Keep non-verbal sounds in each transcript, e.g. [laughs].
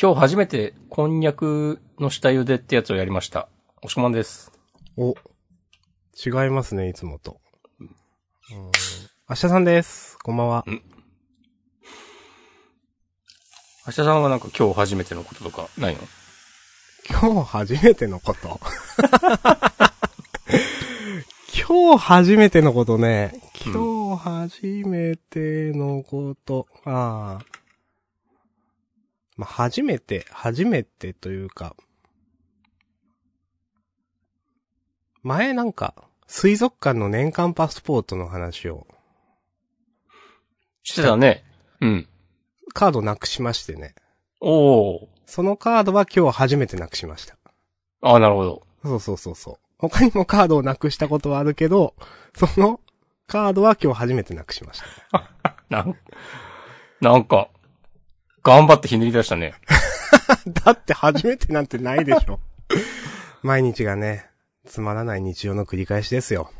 今日初めて、こんにゃくの下茹でってやつをやりました。おしこまんです。お。違いますね、いつもと。うん。明日さんです。こんばんは。明日さんはなんか今日初めてのこととかないの今日初めてのこと。 [laughs] 今日初めてのことね。今日初めてのこと。ああ。まあ、初めて、初めてというか。前なんか、水族館の年間パスポートの話を、してたね。うん。カードなくしましてね。おー。そのカードは今日初めてなくしました。ああ、なるほ [laughs] ど。そうそうそうそう。他にもカードをなくしたことはあるけど、そのカードは今日初めてなくしました。なん、なんか、頑張ってひねり出したね。 [laughs] だって初めてなんてないでしょ。 [laughs] 毎日がね、つまらない日常の繰り返しですよ。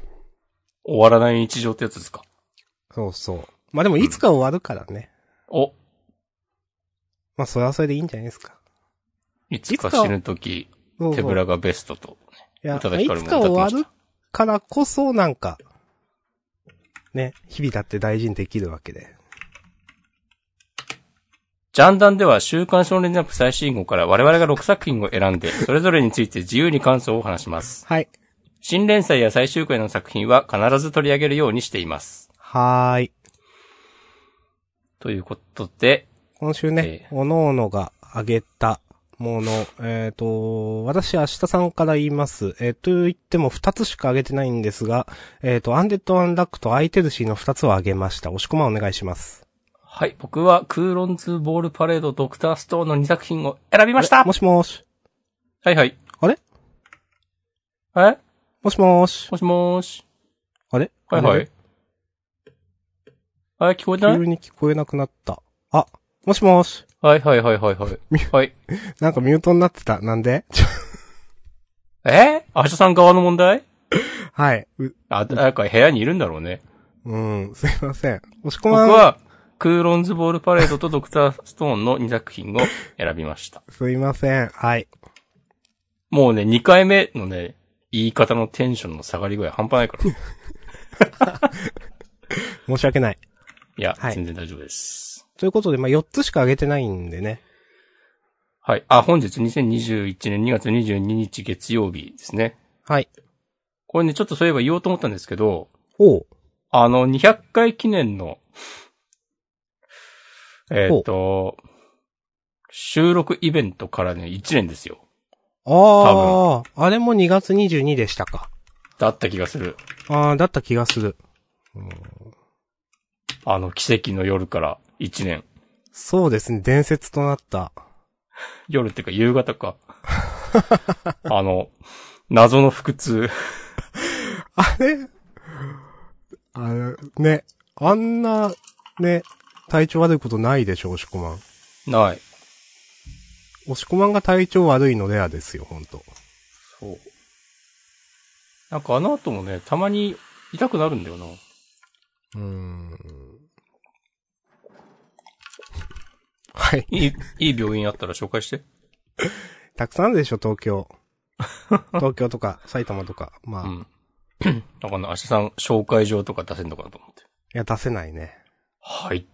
終わらない日常ってやつですか。そうそう。まあでもいつか終わるからね。お、まあそれはそれでいいんじゃないですか。いつか死ぬとき、そうそ手うぶらがベストと。いや、宇い多田ヒカルつもか終わ歌ってましるからこそなんか、ね、日々だって大事にできるわけで。ジャンダンでは週刊少年ジャンプ最新号から我々が6作品を選んで、それぞれについて自由に感想を話します。はい。新連載や最終回の作品は必ず取り上げるようにしています。はーい。ということで、今週えねえ、おのおのが挙げたもの、えっ、と、私、明日さんから言います。えーと言っても2つしか挙げてないんですが、えっ、と、アンデッド・アンラックとアイテルシーの2つを挙げました。押し込まんお願いします。はい、僕はクーロンズ・ボール・パレード、ドクター・ストーンの2作品を選びましたもしもーし。はいはい。あれえもしもーし。もしもーし。あれはいはあいれ。あれ、聞こえてな急いに聞こえなくなった。あ、もしもーし。はいはいはいはいはい。はい。なんかミュートになってた。なんで [laughs] ちょえ明日さん側の問題はい。う、あ、なんか部屋にいるんだろうね。うん、すいません。押し僕込まん。は、クーロンズ・ボール・パレードとドクター・ストーンの2作品を選びました。すいません。はい。もうね、2回目のね、言い方のテンションの下がり具合半端ないから。い申し訳ない。や、はい全然大丈夫です。ということで、まあ、4つしか挙げてないんでね。はい。あ、本日2021年2月22日月曜日ですね。はい。これね、ちょっとそういえば言おうと思ったんですけど、おう。あの、200回記念の、えーっ、と、収録イベントからね、1年ですよ。ああ、あれも2月22でしたか。だった気がする。ああ、だった気がする。あの、奇跡の夜から1年。そうですね、伝説となった。夜っていうか夕方 [laughs] か。あの、謎の腹痛。あれあれ、ね、あんな、ね、体調悪いことないでしょ、押し込まん。ない。押し込まんが体調悪いのレアですよ、ほんと。そう。なんかあの後もね、たまに痛くなるんだよな。うーん。はい。いい、いい病院あったら紹介して。たくさんあるでしょ、東 [laughs] 京。東京とか、埼玉とか。まあ、ういん。 [clears throat] だからね、明日さん紹介状とか出せんのかなと思って。や、出せないね。はい。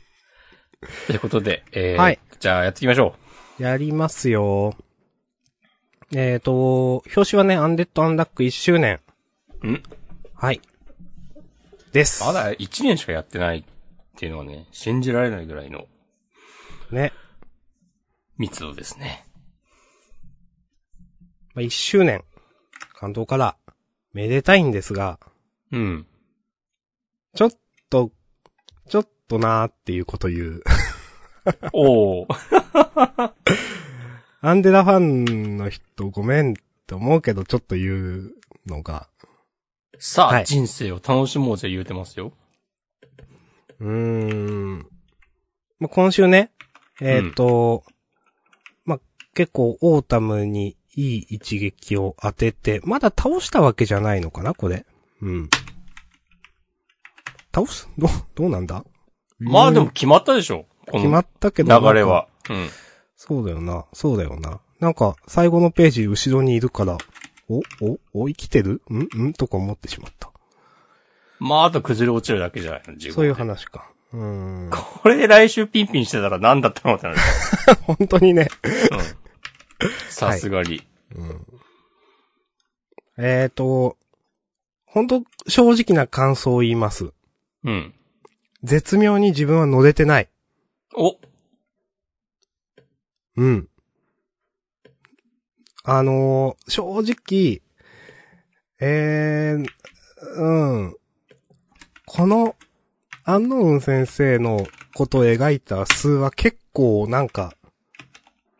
[laughs] ということで、えー、はいじゃあやっていきましょやりますよ。えーと、表紙はね、アンデッド・アンラック1周年。う。んはい。です。まだ1年しかやってないっていうのはね、信じられないぐらいのね。密度ですね。まあ、1周年。関東から、めでたいんですが、うん。ちょっと、ちょっとなーっていうこと言う。 [laughs] おー。アンデラファンの人ごめんって思うけど、ちょっと言うのが、さあ、はい人生を楽しもうぜ言うてますよ。うーん。まあ、今週ね、えっ、と、まあ、結構オータムにいい一撃を当てて、まだ倒したわけじゃないのかな、これ。うん。倒すどう、どうなんだまあでも、決まったでしょこ決のまったけど。流れは。うん。そうだよな。そうだよな。なんか、最後のページ後ろにいるから、お、お、お、生きてるんんとか思ってしまった。まあ、あと崩れ落ちるだけじゃないの、自分。そういう話か。うーん。これで来週ピンピンしてたら何だったのってなる。本当にね。うんさすがに。えっ、ー、と、本当正直な感想を言います。うん。絶妙に自分は乗れてない。おうん。あのー正直、えー、うん。この、アンノーン先生のことを描いた数は結構なんか、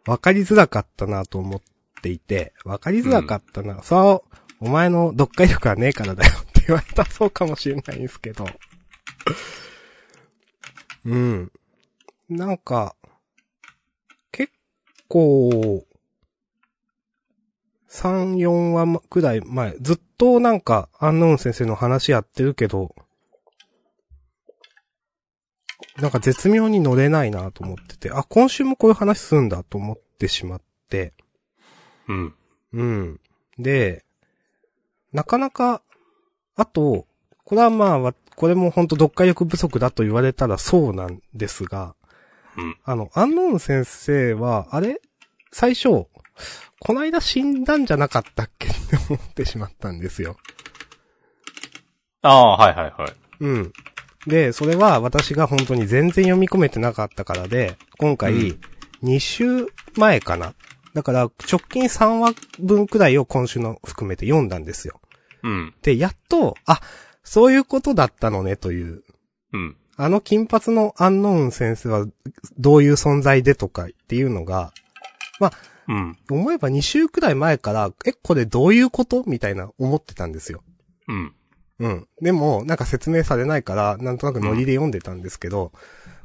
わかりづらかったなと思っていて、わかりづらかったな。そう、お前の読解力はねえからだよって言われたらそうかもしれないんですけど。うん。なんか、結構、3、4話くらい前、ずっとなんか、アンノーン先生の話やってるけど、なんか絶妙に乗れないなと思ってて、あ、今週もこういう話するんだと思ってしまって、うん。うん。で、なかなか、あと、これはまあわ、これも本当読解力不足だと言われたらそうなんですが、うんあの、アンノーン先生は、あれ最初、こないだ死んだんじゃなかったっけって思ってしまったんですよ。ああ、はいはいはい。うん。で、それは私が本当に全然読み込めてなかったからで、今う回、2週前かな。だから、直近3話分くらいを今週の含めて読んだんですよ。うん。で、やっと、あ、そういうことだったのねという、うん。あの金髪のアンノーン先生はどういう存在でとかっていうのが、うん。思えば2週くらい前から、え、これどういうことみたいな思ってたんですよ。うん。うん。でも、なんか説明されないから、なんとなくノリで読んでたんですけど、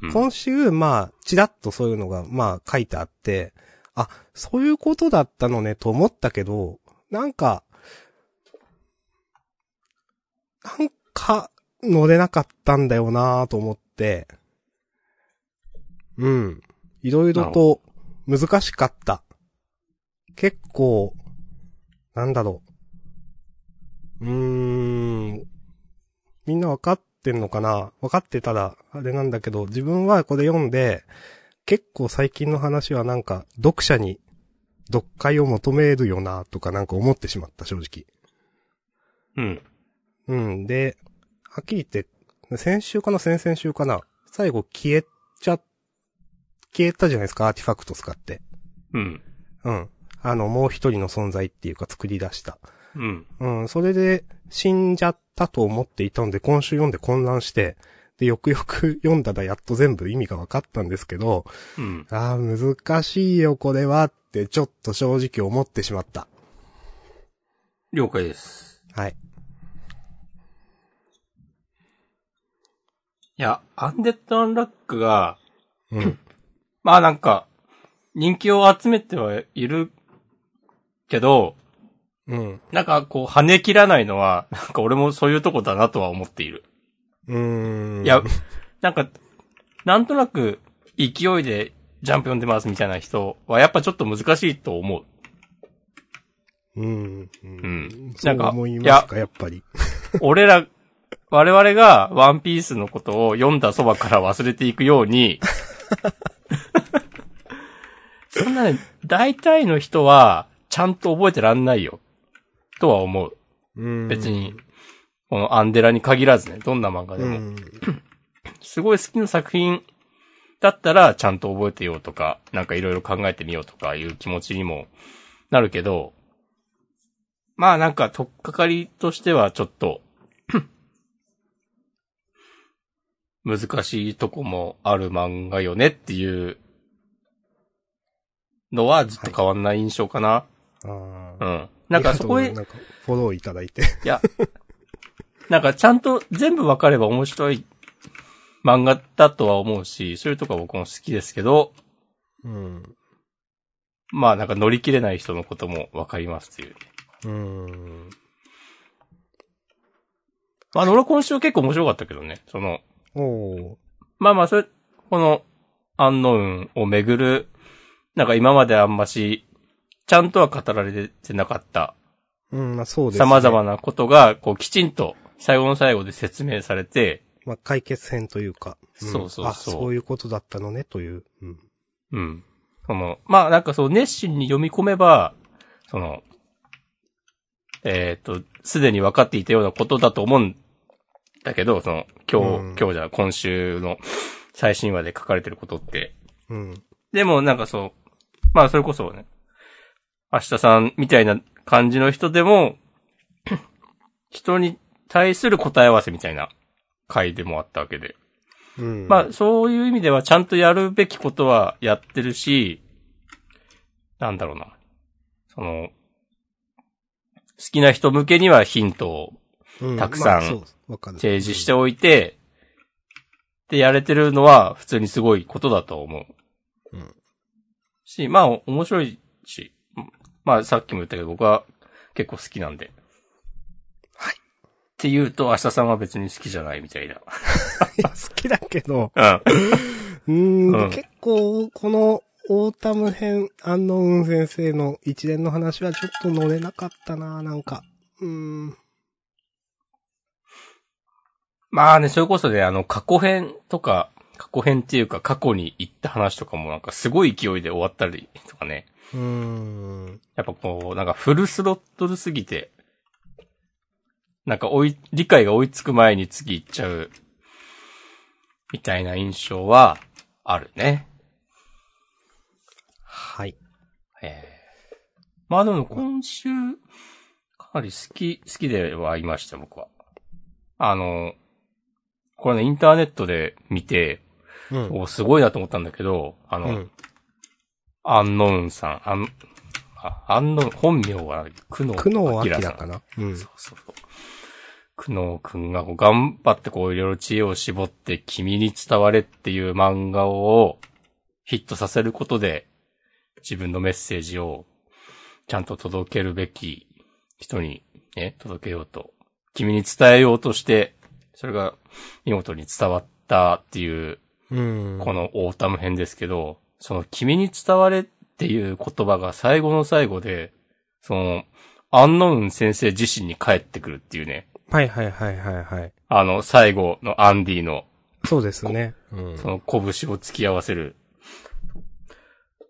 うん今週、まあ、ちらっとそういうのが、まあ、書いてあって、あ、そういうことだったのね、と思ったけど、なんか、なんか、乗れなかったんだよなぁと思って、うん。いろいろと難しかった。結構、なんだろう。うーん。みんなわかってんのかなわかってたら、あれなんだけど、自分はこれ読んで、結構最近の話はなんか、読者に読解を求めるよな、とかなんか思ってしまった、正直。うん。うん。で、はっきり言って、先週かな先々週かな最後消えちゃ、消えたじゃないですか、アーティファクト使って。うん。うん。あの、もう一人の存在っていうか作り出した。うん。うん、それで死んじゃったと思っていたので、今週読んで混乱して、で、よくよく読んだらやっと全部意味が分かったんですけど、うん。ああ、難しいよ、これはってちょっと正直思ってしまった。了解です。はい。いや、アンデッド・アンラックが、うん。まあなんか、人気を集めてはいるけど、うん。なんかこう跳ね切らないのは、なんか俺もそういうとこだなとは思っている。うーん。いや、なんか、なんとなく勢いでジャンプ読んでますみたいな人はやっぱちょっと難しいと思う。うん。う。うんん。そなうんか、思いいますや、か、やっぱり。俺ら、我々がワンピースのことを読んだそばから忘れていくように、 [laughs] そんなね、大体の人はちゃんと覚えてらんないよ。とは思う。うん別に、このアンデラに限らずね、どんな漫画でうも。ん。すごい好きな作品だったらちゃんと覚えてようとか、なんかいろいろ考えてみようとかいう気持ちにもなるけど、まあなんかとっかかりとしてはちょっと、 [clears throat] 難しいとこもある漫画よねっていうのはずっと変わんない印象かな。あうあ。ん。なんかそこあへりがとうございますなんか、フォローいただいて。いや、なんかちゃんと全部わかれば面白い漫画だとは思うし、そういうとこは僕も好きですけど、うん。まあなんか乗り切れない人のこともわかりますっていう。うん。まあ俺今週結構面白かったけどね、その、おー。まあまあそれ、この、アンノウンをめぐるなんか今まであんまし、ちゃんとは語られてなかった、うん、まあそうです、ね。様々なことが、こう、きちんと、最後の最後で説明されて、まあ解決編というか。んそうそうそうあ、そういうことだったのね、という。ううん。ん。その、まあ、なんかそう、熱心に読み込めば、その、えっ、と、すでに分かっていたようなことだと思うんだけど、その、今日、うん今日じゃない今週の最新話で書かれてることって。うん。でも、なんかそう、まあ、それこそね、明日さんみたいな感じの人でも、人に対する答え合わせみたいな回でもあったわけで。うん。まあ、そういう意味では、ちゃんとやるべきことはやってるし、なんだろうな。その、好きな人向けにはヒントをうたくさんまあそうわかる。提示しておいて、で、やれてるのは普通にすごいことだと思う。うんし、まあ、お面白いし、うんまあ、さっきも言ったけど、僕は結構好きなんで。はいって言うと、明日さんは別に好きじゃないみたいな。いや好きだけど、うん。うーん、うん結構、この、オータム編、安納運先生の一連の話はちょっと乗れなかったな、なんか。うーん。まあね、それこそね、あの、過去編とか、過去編っていうか、過去に行った話とかもなんかすごい勢いで終わったりとかね。うーん。やっぱこう、なんかフルスロットルすぎて、なんか追い、理解が追いつく前に次行っちゃう、みたいな印象は、あるね。はい。ええまあでも今週、かなり好き、好きではいました、僕は。あの、これね、インターネットで見て、う [laughs] ん。お、すごいなと思ったんだけど、あの、うん。アンノウンさん、アン、あアンノウン、本名は、久能苦悩明明さんかな。うんそう。そうそう。久能くんがこう頑張ってこういろいろ知恵を絞って君に伝われっていう漫画をヒットさせることで自分のメッセージをちゃんと届けるべき人にね、届けようと、君に伝えようとして、それが見事に伝わったっていううん。このオータム編ですけど、その君に伝われっていう言葉が最後の最後で、その、アンノウン先生自身に帰ってくるっていうね、はいはいはいはいはい。あの、最後のアンディの、そうですね。うん。その拳を突き合わせる。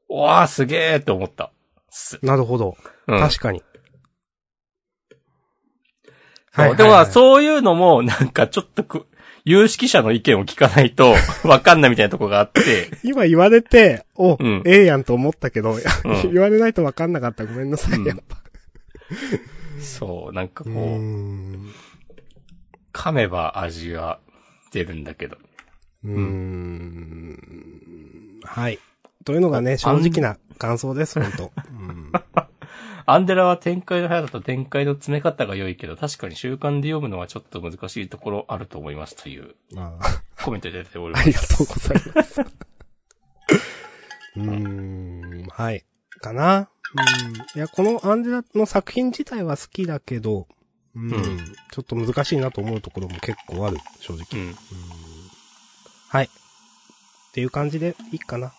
うわあ、すげえって思った。すなるほど。うん確かに。そうでも、そういうのも、なんかちょっとく、有識者の意見を聞かないと、 [laughs] わかんないみたいなとこがあって、今言われて、うお、んええやんと思ったけど、うん [laughs] 言われないと分かんなかった。ごめんなさうい、んやっぱ。そう、なんかこうう、ん。噛めば味が出るんだけど。うーん。はい。というのがね、正直な感想です、本当うんアンデラは展開の速さと展開の詰め方が良いけど、確かに習慣で読むのはちょっと難しいところあると思いますというまあ、コメントで出ておりまあす。りがとうございます。うーん、はい。かな。うん。いや、このアンジェラの作品自体は好きだけど、うん、うんちょっと難しいなと思うところも結構ある、正直。うん。はい。っていう感じでいいかな。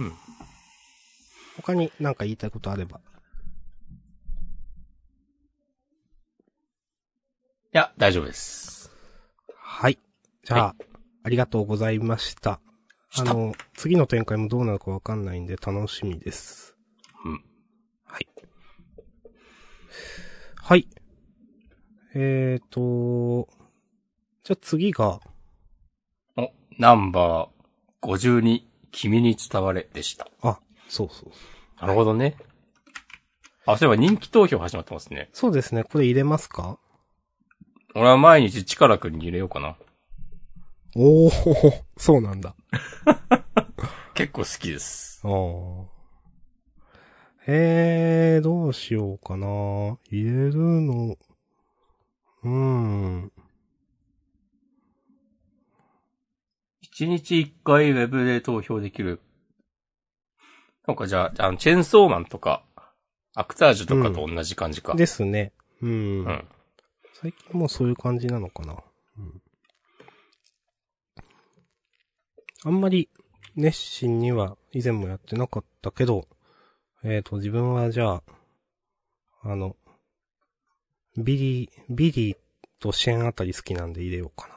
うん。他に何か言いたいことあれば。いや、大丈夫です。はい。じゃあ、ありがとうございました。あしたの、次の展開もどうなるかわかんないんで楽しみです。うん。はい。はい。えーと、じゃあ次が、お、ナンバー52、君に伝われでした。あ、そうそうそう。なるほどね。あ、そういえば人気投票始まってますね。そうですね、これ入れますか俺は毎日力くんに入れようかな。おー、 [laughs] そうなんだ。結構好きです。あー。えー、どうしようかな。入れるの、うーん。 1日1回ウェブで投票できる。なんかじゃあ、あの、チェーンソーマンとか、アクタージュとかと同じ感じか。ですね。うん。うん。最近もうそういう感じなのかな。あんまり、熱心には以前もやってなかったけど、えっ、と、自分はじゃあ、あの、ビリー、ビリーとシェンあたり好きなんで入れようか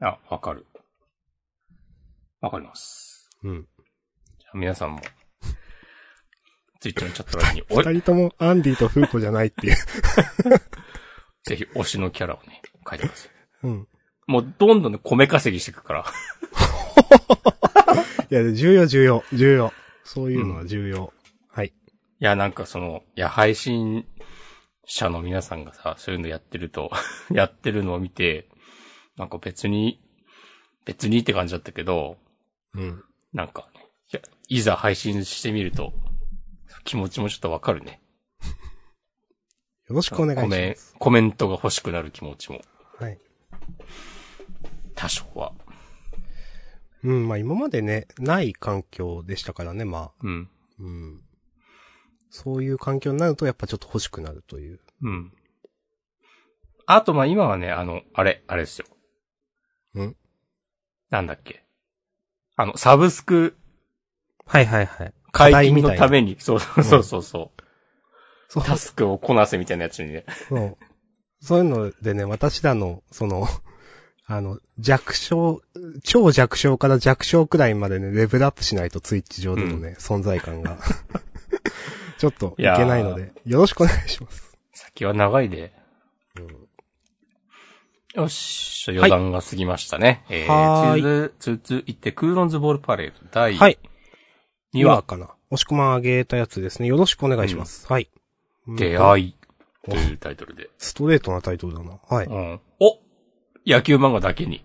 あ、わかる。わかります。な。うん。じゃあ皆さんも、ツイッチのチャット欄に、お二人ともアンディとフーコじゃないっていう。ぜひ推しのキャラをね、書いてください。うん。もうどんどんね米稼ぎしていくから。いや、重要重要、重要。そういうのは重要。はい。いや、なんかその、いや、配信者の皆さんがさ、そういうのやってると、 [laughs] やってるのを見て、なんか別に、別にって感じだったけど、うん。なんかね、いやいざ配信してみると、気持ちもちょっとわかるね。よろしくお願いしコメまンす。コメントが欲しくなる気持ちも、はい。多少は。うん、まあ今までね、ない環境でしたからね、まあ。うん。うん。そういう環境になるとやっぱちょっと欲しくなるという。うん。あと、ま、あ今はね、あの、あれ、あれですよ。んなんだっけ。あの、サブスクはいはいはい。解禁のたに。めに、そうそうそうそうそう、そうタスクをこなせみたいなやつにね。そう。そういうのでね、私らの、その、あの、弱小、超弱小から弱小くらいまでね、レベルアップしないとツイッチ上でのね、存在感 [laughs] が。ちょっといけないのいで、よろしくお願いします。先は長いで。よし、余談が過ぎましたね。えはーいー、つづ、つづいって、クーロンズボールパレード第はい。 2 2話話、かな。押し込まあげたやつですね。よろしくお願いします。はい。出い。会いというタイトルで。ストレートなタイトルだな。はい。うん。お野球漫画だけに。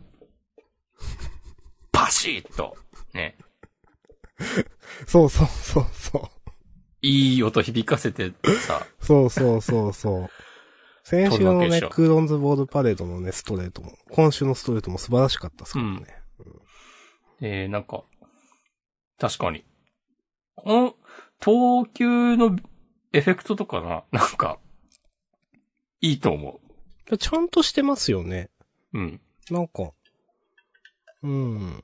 [laughs] パシッと、ね、そうそうそうそう。いい音響かせてさ、そうそうそうそう。先週撮るわのけでねしょ、クーロンズボールパレードのね、ストレートも、今週のストレートも素晴らしかったですからね。えー、なんか、確かに。この、投球のエフェクトとかな、なんか、いいと思ちゃんとしてますよね。う。うん。なんか。うん。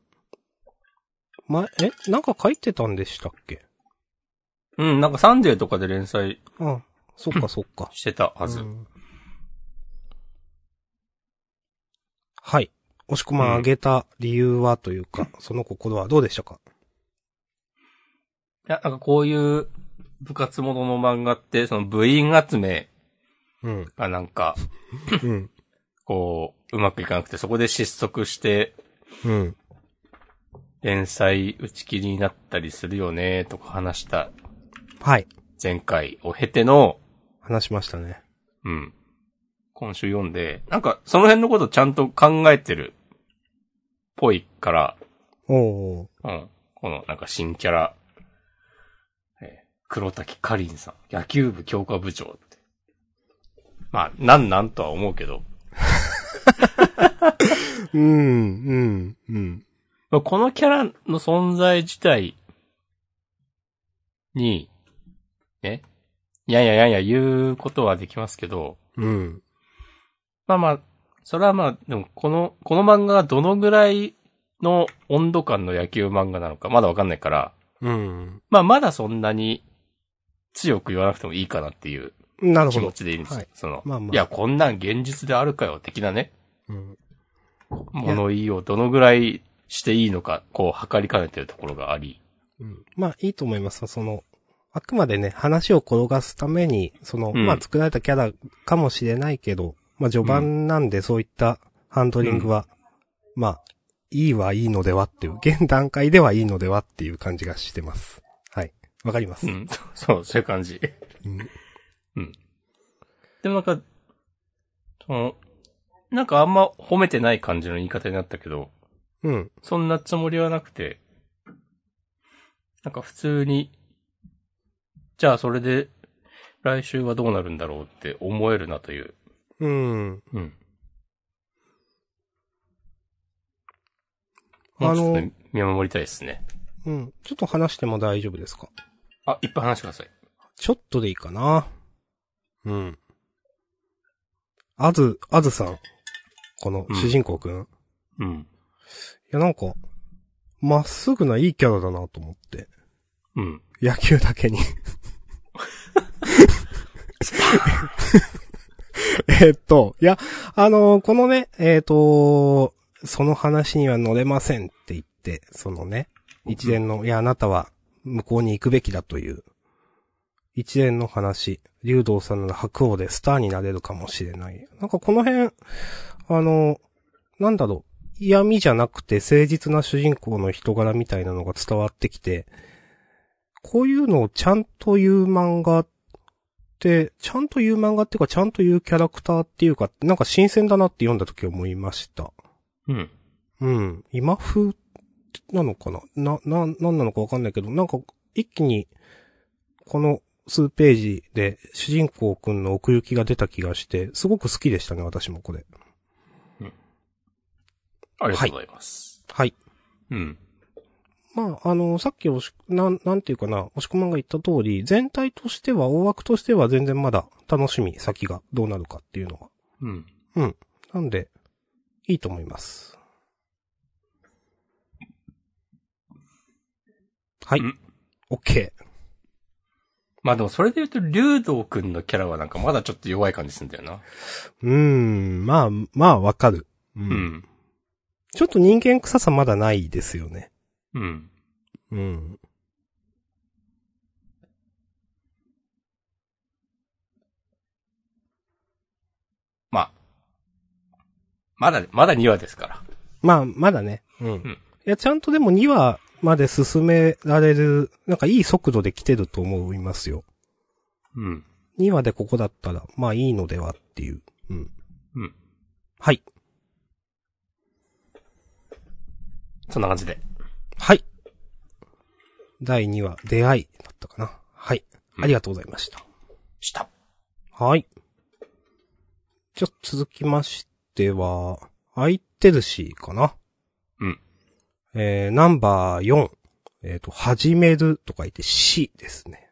ま、え、なんか書いてたんでしたっけうん、なんかサンデーとかで連載あ、そっかそっか。してたはず。うんはい。押し込まんあげた理由はというか、その心はどうでしたかいや、なんかこういう部活ものの漫画って、その部員集めうん。がなんか、うん。こう、うまくいかなくて、そこで失速して、うん。連載打ち切りになったりするよね、とか話したはい。前回を経ての、話しましたね。うん。今週読んで、なんかその辺のことちゃんと考えてるっぽいから、おー。うん。このなんか新キャラ、えー黒滝かりんさん、野球部強化部長って。まあ、なんなんとは思うけど、うん、うん、うん。まあこのキャラの存在自体に、ね、いやいやいやいや言うことはできますけど、うん。まあまあ、それはまあ、でもこの、この漫画がどのぐらいの温度感の野球漫画なのかまだわかんないから、うん。まあまだそんなに強く言わなくてもいいかなっていうなる気ほ持ど。ちでいいんですよ。はいその、まあまあいや、こんなん現実であるかよ、的なね、うん、物言いをどのぐらいしていいのか、こう、測りかねてるところがあり、うんまあ、いいと思います。その、あくまでね、話を転がすために、その、うんまあ、作られたキャラかもしれないけど、まあ、序盤なんでそういったハンドリングは、まあ、いいはいいのではっていう、現段階ではいいのではっていう感じがしてます。はい。わかります。うん、 [laughs] そう、そういう感じ。うんでもなんか、その、なんかあんま褒めてない感じの言い方になったけど、うん。そんなつもりはなくて、なんか普通に、じゃあそれで来週はどうなるんだろうって思えるなという。うん。うん。もあのうちょっとね、見守りたいですね。うん。ちょっと話しても大丈夫ですかあ、いっぱい話してください。ちょっとでいいかな。うん。あず、あずさん。この主人公くん。いうん。や、なんか、まっすぐないいキャラだなと思って。うん。野球だけに。えっと、いや、あのこのね、えっ、と、その話には乗れませんって言って、そのね、一連の、いや、あなたは向こうに行くべきだという、一連の話、竜道さんなら白鵬でスターになれるかもしれない。なんかこの辺、あのなんだろう、嫌味じゃなくて誠実な主人公の人柄みたいなのが伝わってきて、こういうのをちゃんと言う漫画って、ちゃんと言う漫画っていうか、ちゃんと言うキャラクターっていうか、なんか新鮮だなって読んだ時思いました。うん。うん。今風なのかなな、な、なんなのかわかんないけど、なんか一気に、この数ページで主人公くんの奥行きが出た気がして、すごく好きでしたね、私もこれ。ありがとうございます。はい。うん。まあ、あの、さっきおし、なん、なんていうかな、押し込まんが言った通り、全体としては、大枠としては全然まだ楽しみ、先がどうなるかっていうのは。うん。なんで、いいと思います。はいうん。オッケー。まあでもそれで言うと、竜道くんのキャラはなんかまだちょっと弱い感じするんだよな。うーん、まあ、まあ、わかる。うう。ん。ちょっと人間臭さまだないですよね。うん。うん。まあ。まだ、まだ2話ですから。まあ、まだね。うん。んいや、ちゃんとでも2話まで進められる、なんかいい速度で来てると思いますよ。うん。 2話でここだったら、まあいいのではっていう。うん。うん。はい。そんな感じで。はい。第2話、出会いだったかな。はい。うんありがとうございました。した。はい。じゃあ続きましては、アイテルシーかな。うん。えー、ナンバー4。えっ、と、始めると書いて死ですね。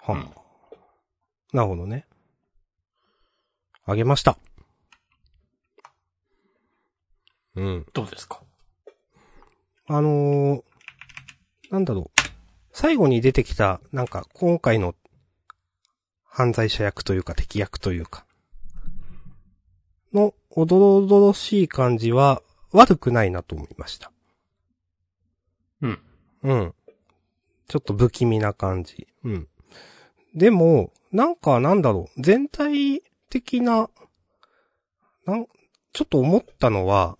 はあうんなるほどね。あげました。うん。どうですかあのー、なんだろう。最後に出てきた、なんか、今回の、犯罪者役というか、敵役というか、の、おどろおどろしい感じは、悪くないなと思いました。うん。うん。ちょっと不気味な感じ。うん。でも、なんかなんだろう、全体的な、なん、ちょっと思ったのは、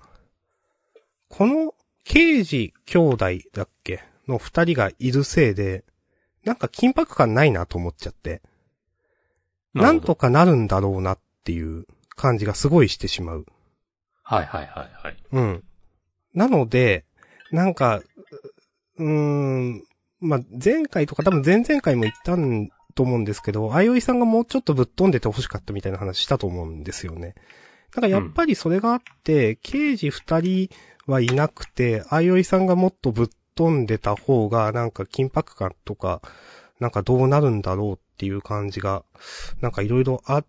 この、刑事兄弟だっけの二人がいるせいで、なんか緊迫感ないなと思っちゃって、なんるほどとかなるんだろうなっていう感じがすごいしてしまう。はいはいはいはい。うん。なので、なんか、ううーん、まあ、前回とか多分前々回も言ったんと思うんですけど、あいおいさんがもうちょっとぶっ飛んでて欲しかったみたいな話したと思うんですよね。だからやっぱりそれがあって、刑事二人はいなくて、あいおいさんがもっとぶっ飛んでた方が、なんか緊迫感とか、なんかどうなるんだろうっていう感じが、なんかいろいろあっ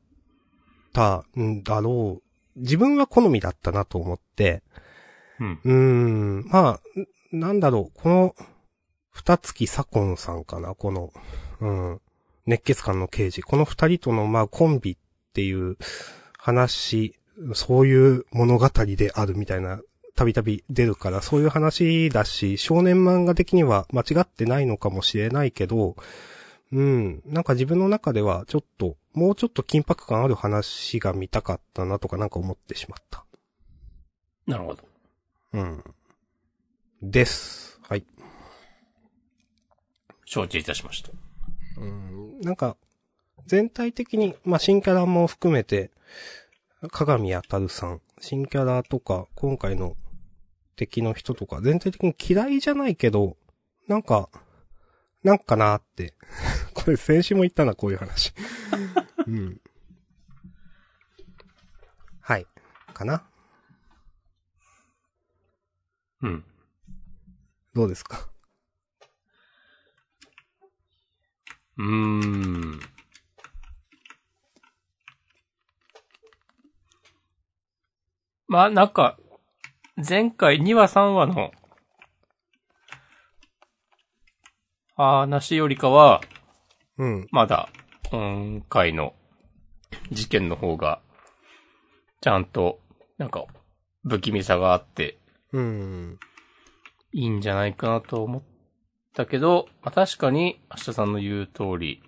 たんだろう。自分は好みだったなと思って、うん。うーん、まあ、んなんだろう、この、二月左近さんかな、この、うん、熱血感の刑事。この二人との、まあ、コンビっていう話、そういう物語であるみたいな、たびたび出るから、そういう話だし、少年漫画的には間違ってないのかもしれないけど、うん、なんか自分の中では、ちょっと、もうちょっと緊迫感ある話が見たかったなとかなんか思ってしまった。なるほど。うん。です。はい。承知いたしました。うん。なんか、全体的に、まあ、新キャラも含めて、鏡あたるさん、新キャラとか、今回の敵の人とか、全体的に嫌いじゃないけど、なんか、なんかなーって。 [laughs] これ先週も言ったな、こういう [laughs] 話。うん。はい。かなうん。どうですかうーん。まあなんか、前回2話3話の話よりかは、うん。まだ、今回の事件の方が、ちゃんと、なんか、不気味さがあって、うん。いいんじゃないかなと思ったけど、まあ、確かに、明日さんの言う通り、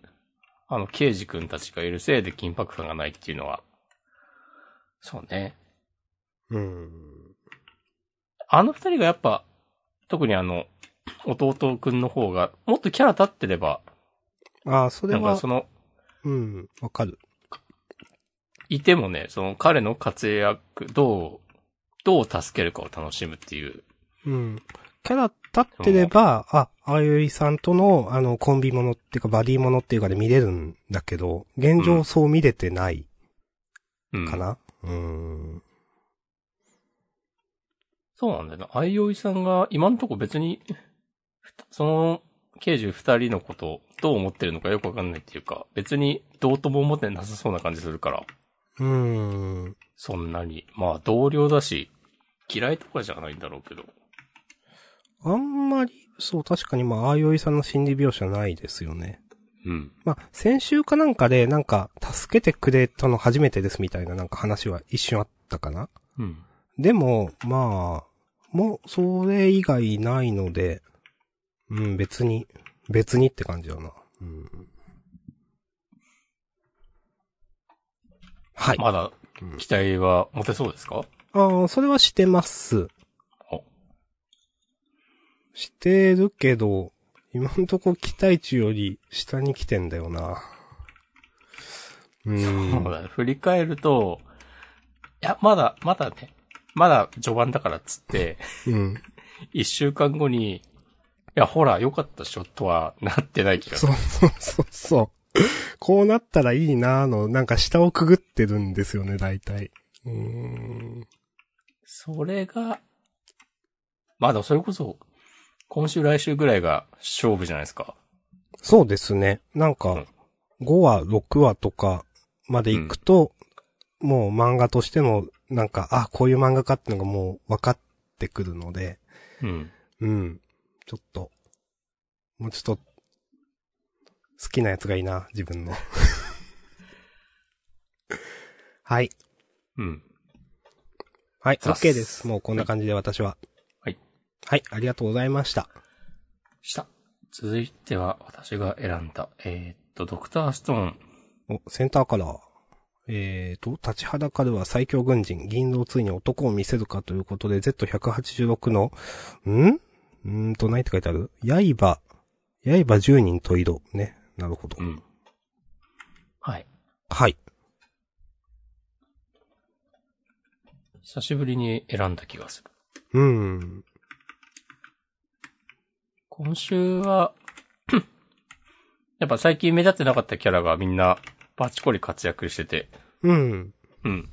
あの、刑事くんたちがいるせいで緊迫感がないっていうのは、そうね。うん。あの二人がやっぱ、特にあの、弟くんの方が、もっとキャラ立ってれば、ああ、それなんかはそ、の、うん。わかる。いてもね、その彼の活躍、どう、どう助けるかを楽しむっていう。うん。キャラ立ってれば、あ、あゆいさんとの、あの、コンビものっていうか、バディものっていうかで見れるんだけど、現う状んそう見れてないうん。かな。うん。そうなんだよな。あいおいさんが今んとこ別に、その刑事二人のことをどう思ってるのかよくわかんないっていうか、別にどうとも思ってなさそうな感じするから、うん。そんなに。まあ同僚だし、嫌いとかじゃないんだろうけど。あんまり、そう、確かに、まあ、あゆいさんの心理描写ないですよね。うん。まあ、先週かなんかで、なんか、助けてくれたの初めてですみたいな、なんか話は一瞬あったかな。うん。でも、まあ、もう、それ以外ないので、うん、別に、別にって感じだな。うん。はい。まだうん期待は持てそうですかああ、それはしてますお。してるけど、今んとこ期待値より下に来てんだよな。うん。そうだね。振り返ると、いや、まだ、まだね、まだ序盤だからっつって、うん。一週間後に、いや、ほら、良かったっしょ、とはなってない気がすそる。うそうそうそう。こうなったらいいなーの、なんか下をくぐってるんですよね、大体。うーん。それが、まだそれこそ、今週来週ぐらいが勝負じゃないですか。そうですね。なんうかん、 5話、6話とかまで行くと、もう漫画としての、なんか、あ、こういう漫画かってのがもう分かってくるので、うん。うん。ちょっと、もうちょっと、好きなやつがいいな、自 [laughs] 分の。はい。うん。はい、ざっす OK です。もうこんな感じで私は。はい。はい、ありがとうございました。した。続いては、私が選んだ、えーっと、ドクターストーン。お、センターカラー。えーと、立ちはだかるは最強軍人、銀狼ついに男を見せるかということで、Z186 の、んうーんと、何て書いてある刃、刃10人と色。ね。なるほどう。ん。はい。はい。久しぶりに選んだ気がする。うーん。今週は、 [clears throat] やっぱ最近目立ってなかったキャラがみんなバチコリ活躍してて、うん。うん。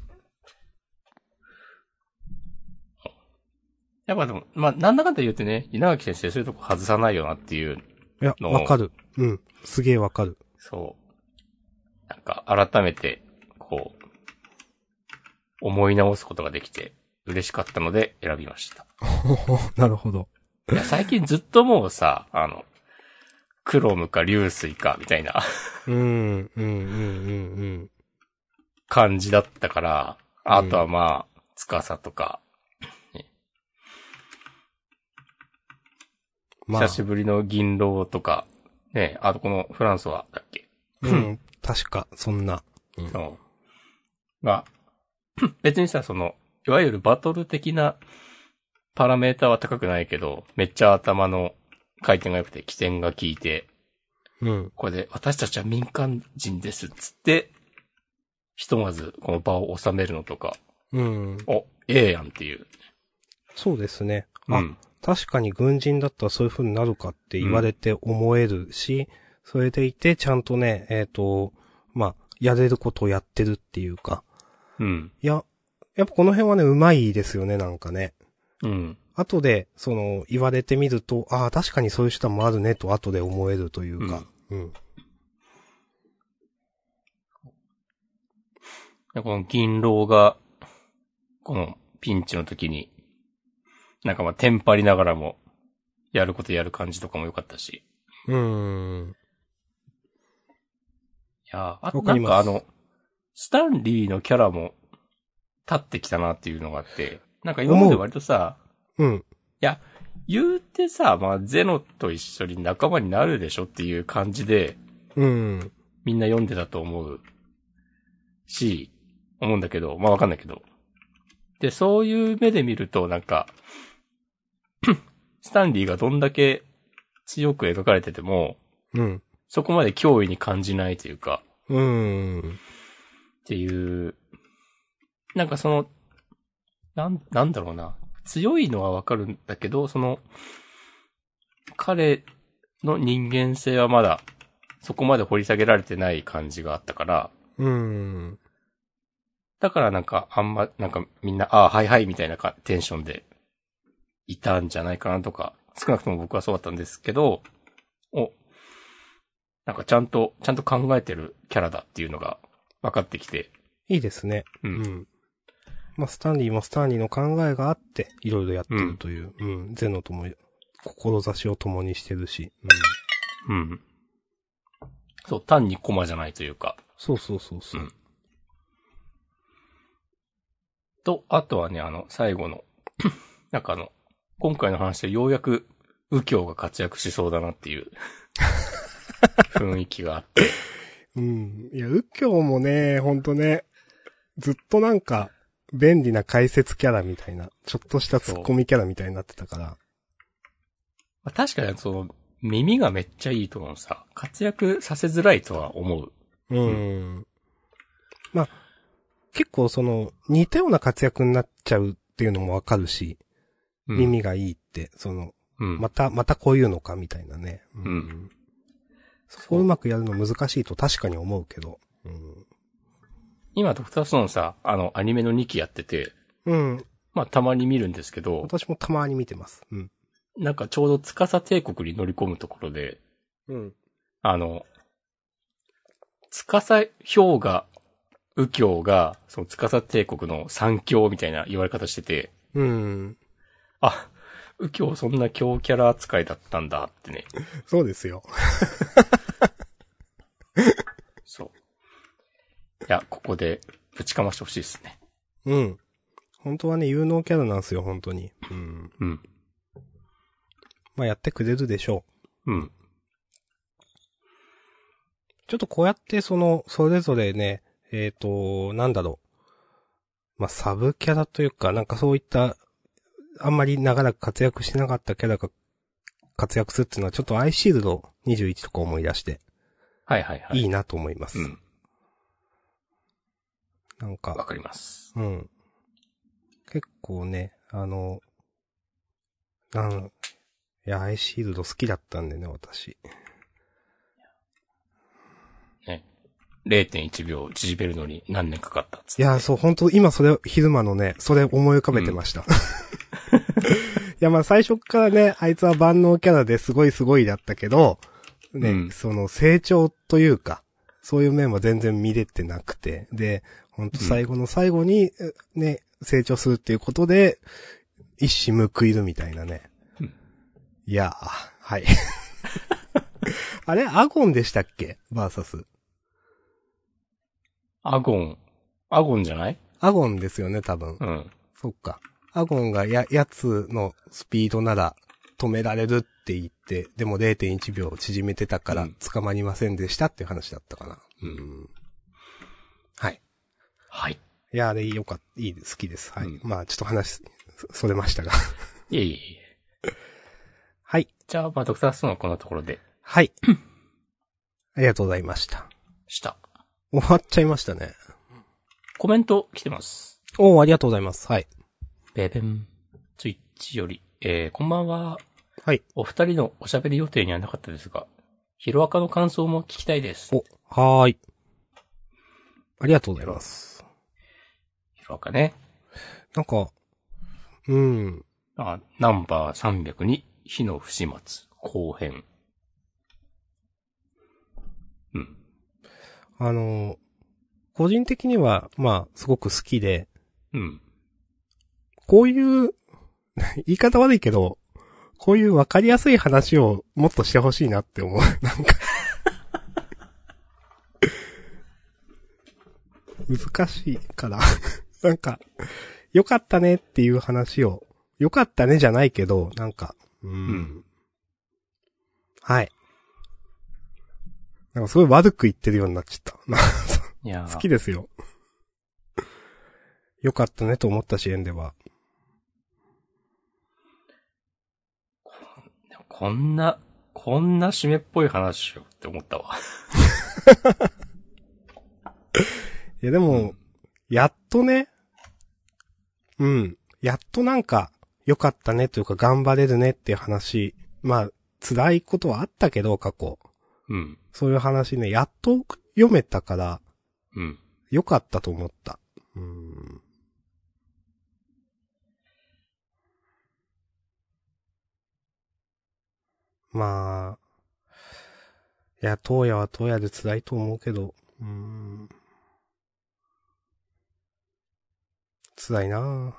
やっぱでも、まあ、なんだかんだ言ってね、稲垣先生そういうとこ外さないよなっていう、いや、のわかる。うん。すげえわかる。 [laughs] そう。なんか、改めて、こう、思い直すことができて、嬉しかったので選びました。なるほど。いや、最近ずっともうさ、あの、クロムか流水か、みたいな。 [laughs] うーん、うん、うん、うん、感じだったから、あとはまあ、つかさとか、うん。まあ久、しぶりの銀狼とか、ね、あとこのフランスはだっけ、うん。確か、そんな。そのが、 [clears throat] 別にさ、その、いわゆるバトル的なパラメーターは高くないけど、めっちゃ頭の回転が良くて、起点が効いて、うん。これで私たちは民間人ですっつって、ひとまずこの場を収めるのとか、うん。お、ええやんっていう。そうですね。うあ、ん。確かに軍人だったらそういう風になるかって言われて思えるし、それでいてちゃんとね、えっ、と、まあ、やれることをやってるっていうか。うん。いや、やっぱこの辺はね、うまいですよね、なんかね。うん。後で、その、言われてみると、ああ、確かにそういう人もあるね、と後で思えるというか。うん。で、この銀狼が、このピンチの時に、なんかまあテンパりながらも、やることやる感じとかも良かったし。うーん。いやーあとわかなりんますかあの、スタンリーのキャラも立ってきたなっていうのがあって、なんか今まで割とさ、うん。言うてさ、まあゼノと一緒に仲間になるでしょっていう感じで、うん。みんな読んでたと思うし、思うんだけど、まあわかんないけど。で、そういう目で見ると、なんか、 [clears throat] スタンリーがどんだけ強く描かれてても、うん。そこまで脅威に感じないというか、うん。っていう、なんかその、なん、なんだろうな。強いのはわかるんだけど、その、彼の人間性はまだ、そこまで掘り下げられてない感じがあったから、うん。だからなんか、あんま、なんかみんな、ああ、はいはい、みたいなかテンションで、いたんじゃないかなとか、少なくとも僕はそうだったんですけど、お、なんかちゃんと、ちゃんと考えてるキャラだっていうのが分かってきて、いいですね。う。うんん。まあ、スタンリーもスタンリーの考えがあって、いろいろやってるという、うん、ゼノとも、志を共にしてるし、うん。うん。そう、単にコマじゃないというか。そうそうそうそう。うんと、あとはね、あの、最後の、 [coughs] なんかあの、今回の話でようやく右京が活躍しそうだなって [laughs] いう雰囲気があって。うん。いや、右京もね、ほんとね、ずっとなんか、便利な解説キャラみたいな、ちょっとしたツッコミキャラみたいになってたから。まあ確かにその、耳がめっちゃいいと思うさ、活躍させづらいとは思う。うん。まあ、結構その、似たような活躍になっちゃうっていうのもわかるし、うん、耳がいいって、その、うん。また、またこういうのかみたいなね。ううんそこをうまくやるの難しいと確かに思うけど。うん。今、ドクターストーンさ、あの、アニメの2期やってて、うん。まあ、たまに見るんですけど、私もたまに見てます。うん。なんかちょうど司帝国に乗り込むところで、うん。あの、つかさ氷河、右京が、そのつかさ帝国の三強みたいな言われ方してて、うん。あ、右京そんな強キャラ扱いだったんだってね。そうですよ。そう。いや、ここでぶちかましてほしいですね。うん。本当はね、有能キャラなんですよ、本当に。うん。うん。まあ、やってくれるでしょう。うん。ちょっとこうやって、その、それぞれね、えっ、と、なんだろう。まあ、サブキャラというか、なんかそういった、あんまり長らく活躍しなかったキャラが活躍するっていうのは、ちょっとアイシールド21とか思い出して、はいはいはい。いいなと思います。うん。なんわか、かります。うん。結構ね、あの、なん、いや、アイシールド好きだったんでね、私。ね。0.1秒縮めるのに何年かかったっつっいて。や、そう、本当今それ、昼間のね、それ思い浮かべてました。 [laughs] いや、まあ最初からね、あいつは万能キャラですごいすごいだったけど、ね、うんその成長というか、そういう面は全然見れてなくて、で、本当最後の最後に、ね、成長するっていうことで、一矢報いるみたいなね。うんいやー、 [laughs] はい。あれ、アゴンでしたっけバーサス。アゴン。アゴンじゃないアゴンですよね、多分。うん。そっか。アゴンがや、やつのスピードなら止められるって言って、でも0.1秒縮めてたかうらん捕まりませんでしたっていう話だったかな。うんはい。はい。いや、あれ、よかった。いいです。好きです。はい。うんまあ、ちょっと話、そそれましたが。いえいえいえ。 [laughs] はい。じゃあ、まあ、ドクターストーンはこんなところではい。 [coughs] ありがとうございました。した。終わっちゃいましたね。コメント来てます。おー、ありがとうございます。はい。ベベン。ツイッチより、えー、こんばんは。はい。お二人のおしゃべり予定にはなかったですが、ヒロアカの感想も聞きたいです。お、はーい。ありがとうございます。ヒロアカね。なんか、うん。あナンバー302、火の不始末、後編。うん。あの、個人的には、まあ、すごく好きで、うん。 [laughs] こういう、言い方悪いけど、こういうわかりやすい話をもっとしてほしいなって思う。 [laughs] なんか難しいから。 [laughs] なんか、良かったねっていう話を、良かったねじゃないけど、なんか、うん。んはい。なんかすごい悪く言ってるようになっちゃった。 [laughs] いやー好きですよ。良かったねと思った支援では。こんな、こんな締めっぽい話をって思ったわ。いやでも、やっとね、うん、やっとなんか、良かったねというか頑張れるねっていう話、まあ、辛いことはあったけど、過去。うん。そういう話ね、やっと読めたから、うん。良かったと思った。うん。まあ、いや、東野は東野で辛いと思うけど、うん。辛いな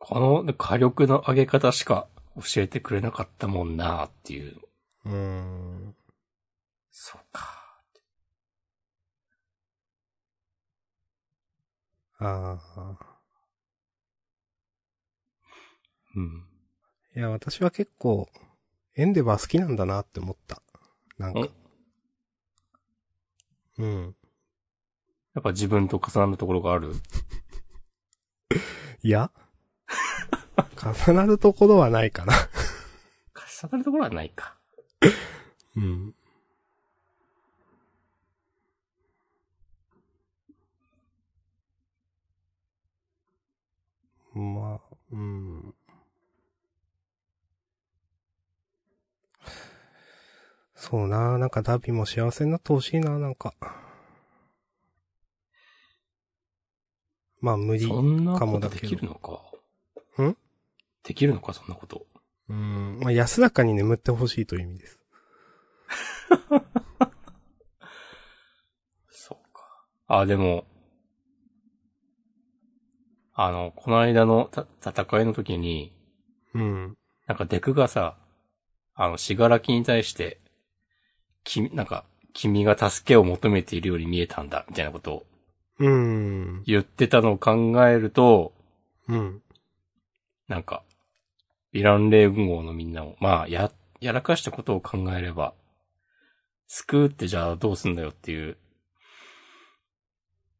あこの火力の上げ方しか教えてくれなかったもんなっていう。うん。そうか。ああ。うん。いや、私は結構、エンデバー好きなんだなって思った。なんかん。うん。やっぱ自分と重なるところがある。いや重なるところはないかな。重なるところはないか。うん。まあ、うん。そうな、なんかダービーも幸せになってほしいな、なんか。まあ無理。そうんなかこもとだでけきどるのか。んできるのか、そんなこと。ん。まあ安らかに眠ってほしいという意味です。そうか。あ、でも、あの、この間のた戦いの時に、うん。なんかデクがさ、あの、しがらきに対して、き、なんか、君が助けを求めているように見えたんだ、みたいなことをうん。言ってたのを考えると、うん。なんか、ヴィラン連合のみんなを、まあ、や、やらかしたことを考えれば、救うってじゃあどうすんだよっていう、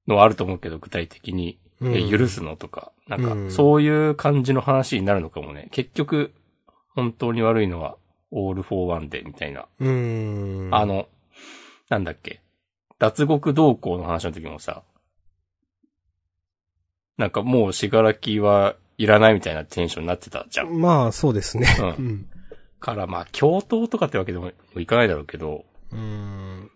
のはあると思うけど、具体的に、うんえ許すのとか、なんか、うんそういう感じの話になるのかもね。結局、本当に悪いのは、オール・フォー・ワンで、みたいな。うん。あの、なんだっけ。脱獄同行の話の時もさ、なんかもう死柄木はいらないみたいなテンションになってたじゃん。まあ、そうですね。う。うんん。から、まあ、共闘とかってわけでもいかないだろうけど、うーん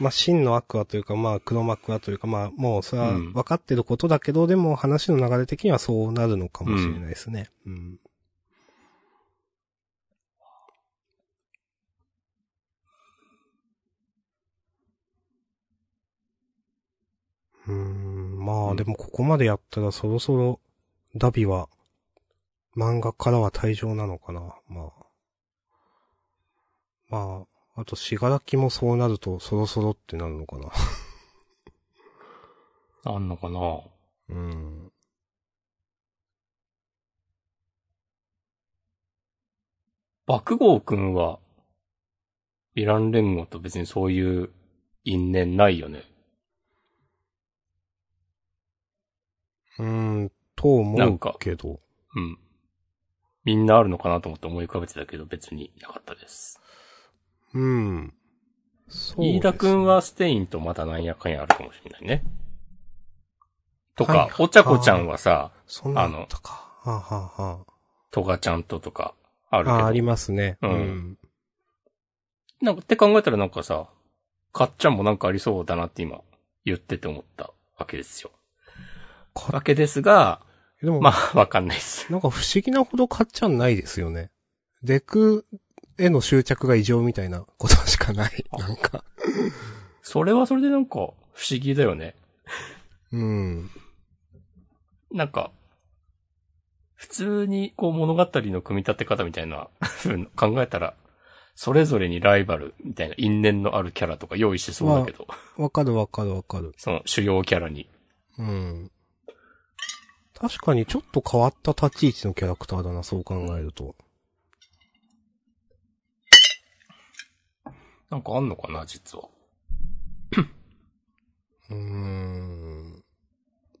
まあ、真の悪はというか、まあ、黒幕はというか、まあ、もうそれはうん分かってることだけど、でも話の流れ的にはそうなるのかもしれないですね。うん。うーん、まうあ、んでもここまでやったらそろそろ、ダビは、漫画からは退場なのかな。まあ。まあ、あと、しがらきもそうなると、そろそろってなるのかな。 [laughs] あんのかなうん。爆豪くんは、ヴィラン連合と別にそういう因縁ないよね。うん、とな思んうかけど。うん。みんなあるのかなと思って思い浮かべてたけど、別になかったです。うん。そうですね飯田くん、はステインとまたなんやかんやあるかもしれないね。とか、はいはいお茶子ちゃんはさ、そんなのあったか。はあ、はあはトガちゃんととか、あるけあ、ど。あありますね。うん。なんかって考えたらなんかさ、かっちゃんもなんかありそうだなって今、言ってて思ったわけですよ。かわけですが、でも、まあ、わかんないです。なんか不思議なほど買っちゃんないですよね。デクへの執着が異常みたいなことしかない。なんか。それはそれでなんか、不思議だよね。うん。なんか、普通にこう物語の組み立て方みたいな考えたら、それぞれにライバルみたいな因縁のあるキャラとか用意してそうだけど、わかるわかるわかる。その主要キャラに。うん。確かにちょっと変わった立ち位置のキャラクターだな、そう考えると。なんかあんのかな、実は。うーん。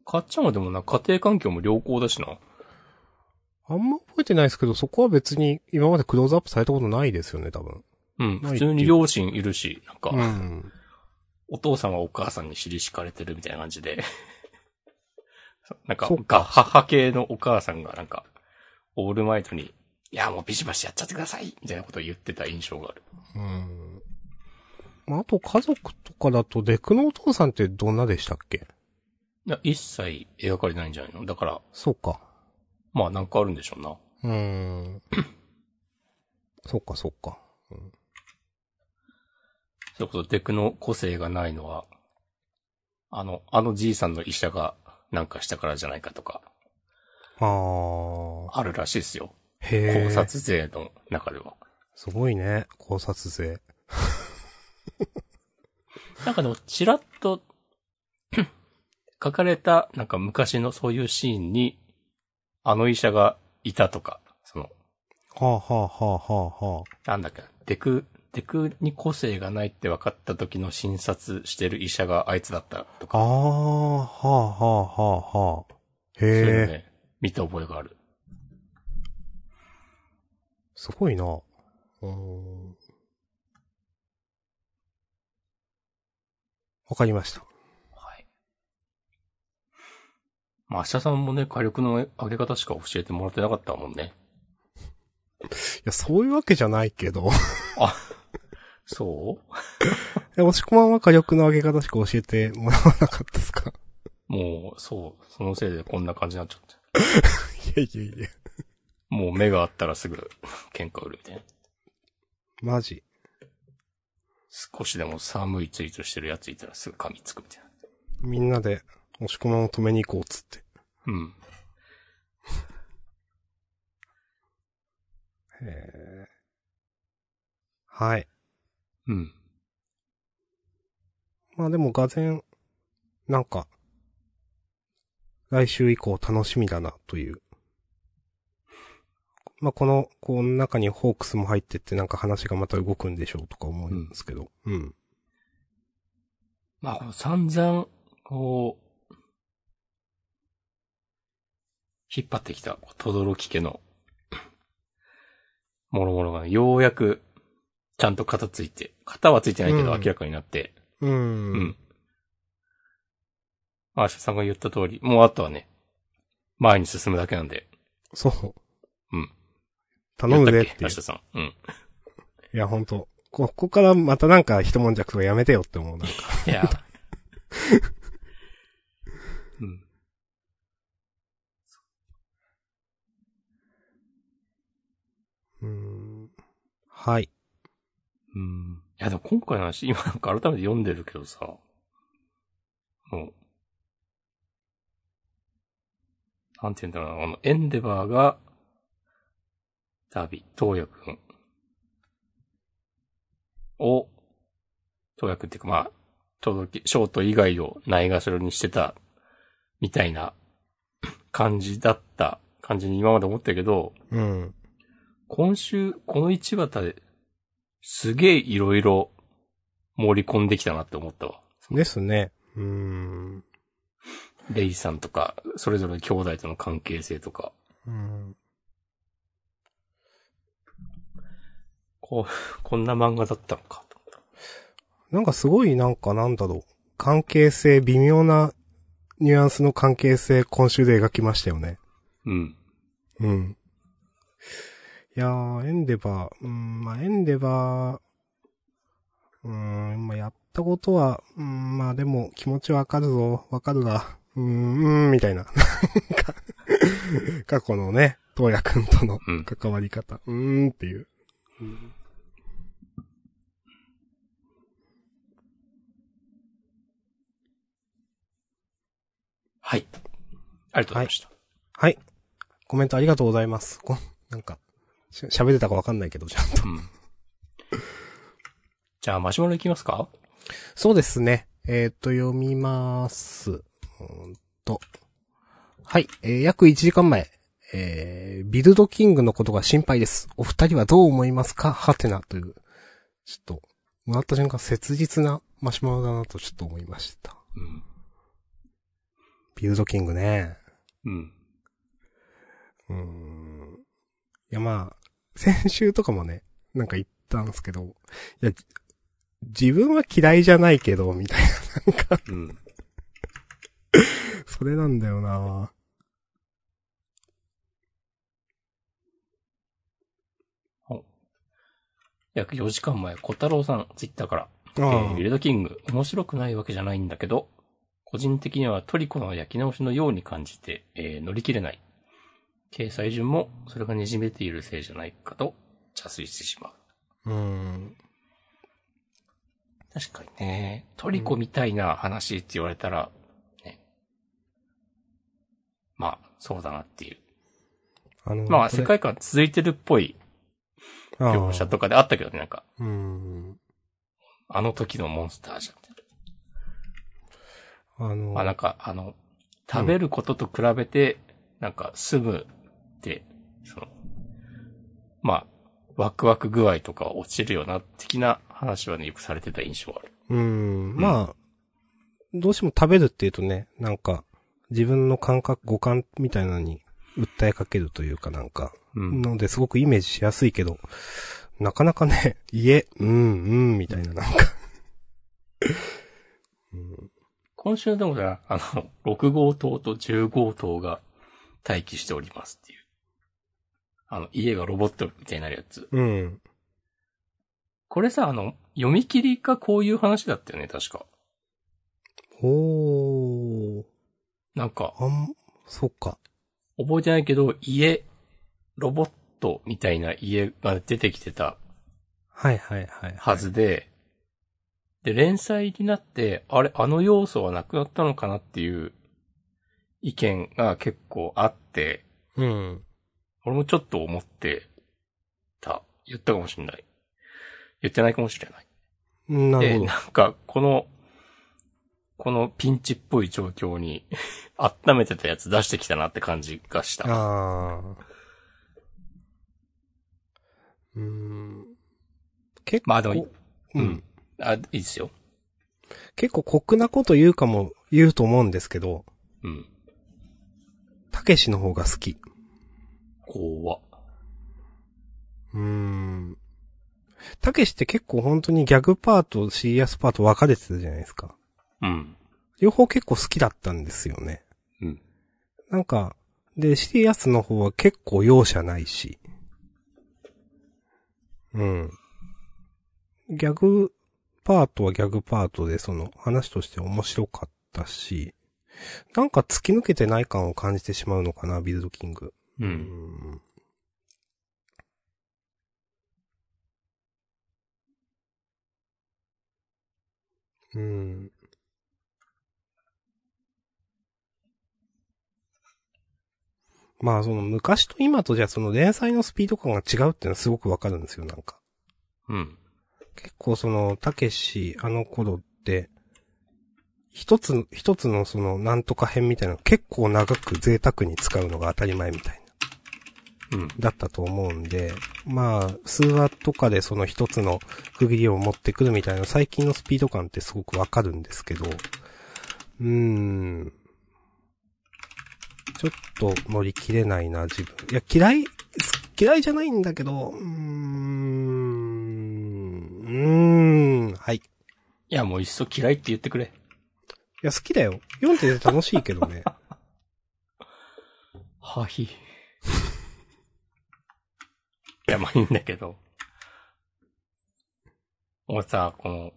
かっちゃんはでもな、家庭環境も良好だしな。あんま覚えてないですけど、そこは別に今までクローズアップされたことないですよね、多分。うん、ない普通に両親いるし、なんか、うん。お父さんはお母さんに尻敷かれてるみたいな感じで。 [laughs] なんかそっ、ガッハッハ系のお母さんがなんか、オールマイトに、いや、もうビシバシやっちゃってくださいみたいなことを言ってた印象がある。うん。まあ、あと家族とかだと、デクのお父さんってどんなでしたっけいや、一切描かれないんじゃないのだから、そうか。まあなんかあるんでしょうな。うーん。そうか、そうか。それこそデクの個性がないのは、あの、あのじいさんの医者がなんかしたからじゃないかとか、ああ。あるらしいですよ。へえ。考察税の中では。すごいね、考察勢。なんかでも、ちらっと、 [clears throat] 書かれた、なんか昔のそういうシーンに、あの医者がいたとか、その、はあ、はあはあはあはあ、なんだっけな、デク、デクに個性がないって分かった時の診察してる医者があいつだったとあか、あ、はあはあはあはあ。そういうのへえ、ね、見た覚えがある。すごいな。うーんわかりました。はい。まあ、明日さんもね、火力の上げ方しか教えてもらってなかったもんね。いや、そういうわけじゃないけど。 [laughs] そうえ、押し込まんは火力の上げ方しか教えてもらわなかったですか [laughs] もう、そう、そのせいでこんな感じになっちゃって。いやいやいや。もう目があったらすぐ [laughs] 喧嘩売るみたいな。マジ。少しでも寒いツイートしてるやついたらすぐ噛みつくみたいな。みんなで、押し込まんを止めに行こうっつって。うん。へえ。はい。うん。まあでも、がぜん、なんか、来週以降楽しみだな、という。まあこの、この中にホークスも入ってってなんか話がまた動くんでしょうとか思うんですけど。うん。まあ、この散々、こう、引っ張ってきた、とどろき家の、 [clears throat] もろもろが、ようやく、ちゃんと肩ついて、肩はついてないけどうん明らかになって、う。うんん。まあ、明日さんが言った通り、もうあとはね、前に進むだけなんで、そう。うん。頼むやぜっったっけ明ていう。日さん。うん。いや、ほんと。ここからまたなんか一悶着とかやめてよって思うな。いや。 [laughs] うん。うん。はい。うん。いや、でも今回の話、今なんか改めて読んでるけどさ、もう、なんて言うんだろうな、あの、エンデバーが、ダビ、東也くんを、東也くんっていうか、まあ、届き、ショート以外をないがしろにしてた、みたいな感じだった、感じに今まで思ってるけど、うん。今週、この一話で、すげえいろいろ盛り込んできたなって思ったわ。ですね。うん。レイさんとか、それぞれの兄弟との関係性とか。うん。こう、こんな漫画だったのかと思った。なんかすごいなんかなんだろう。関係性、微妙なニュアンスの関係性、今週で描きましたよね。うん。うん。いやー、エンデバー、うん、まあエンデバー、うん、まあやったことは、うん、まあでも気持ちわかるぞ、わかるが、うん、うん、みたいな。なんか過去のね、東野くんとのうん関わり方、うん、んっていう。はい。ありがとうございました。はい。コメントありがとうございます。こなんか、し喋れたかわかんないけど、じゃあ。うん。じゃあ、マシュマロいきますかそうですね。えーっ、と、読みます。うーんと。はい。えー約1時間前。えービルドキングのことが心配です。お二人はどう思いますかはてなという。ちょっと、もらった瞬間、切実なマシュマロだなとちょっと思いました。うん。ビルドキングね。うん。うーん。いや、まあ、先週とかもね、なんか言ったんですけど、いや、自分は嫌いじゃないけど、みたいな。うん。それなんだ [laughs] よな約4時間前、小太郎さん、ツイッターから。あえービルドキング、面白くないわけじゃないんだけど、個人的にはトリコの焼き直しのように感じて、えー乗り切れない。掲載順も、それが滲めているせいじゃないかと、茶推してしまう。うん。確かにね、トリコみたいな話って言われたら、ね。まあ、そうだなっていう。あの、まあ、こ世れ界観続いてるっぽい描写。とかであったけどね、なんか、あーうん。あの時のモンスターじゃん。あの、まあなんか、あの、食べることと比べて、なんか、住むって、その、まあ、ワクワク具合とか落ちるよな、的な話はね、よくされてた印象はある。うん。まあ、どうしても食べるっていうとね、なんか、自分の感覚、五感みたいなのに訴えかけるというかなんか、うん。のですごくイメージしやすいけど、なかなかね、 [laughs] 家、うん、うん、みたいななんか。 [laughs] うん今週でもじゃあの、6号棟と10号棟が待機しておりますっていう。あの、家がロボットみたいになるやつ。うん。これさ、あの、読み切りかこういう話だったよね、確か。おー。なんか、あん、そっか。覚えてないけど、家、ロボットみたいな家が出てきてたはいはいはい。は。ずで、で、連載になって、あれ、あの要素はなくなったのかなっていう意見が結構あって、うん。俺もちょっと思ってた。言ったかもしれない。言ってないかもしれない。なるで、ほど。なんか、この、このピンチっぽい状況に [laughs] 温めてたやつ出してきたなって感じがした。ああ。うーん。結構、まあでも、ううんん。。あ、いいですよ。結構酷なこと言うかも、言うと思うんですけど、うん。たけしの方が好き。怖っ。うーん。たけしって結構本当にギャグパート、シリアスパート分かれてたじゃないですか。うん。両方結構好きだったんですよね。うん。なんか、で、シリアスの方は結構容赦ないし。うん。ギャグパートはギャグパートで、その話として面白かったし、なんか突き抜けてない感を感じてしまうのかな、ビルドキング。う。うんん。うん。まあ、その昔と今とじゃその連載のスピード感が違うっていうのはすごくわかるんですよ、なんか。うん。結構その、たけし、あの頃って、一つ、一つのその、なんとか編みたいなの結構長く贅沢に使うのが当たり前みたいな。うん。だったと思うんで、まあ、数話とかでその一つの区切りを持ってくるみたいな最近のスピード感ってすごくわかるんですけど、うーん。ちょっと乗り切れないな、自分。いや、嫌い、嫌いじゃないんだけど、うーん、うーん、はい。いいや、もういっそ嫌いって言ってくれ。や、好きだよ。読んでて楽しいけどね。はい。いや、まあいいんだけど。俺さ、この、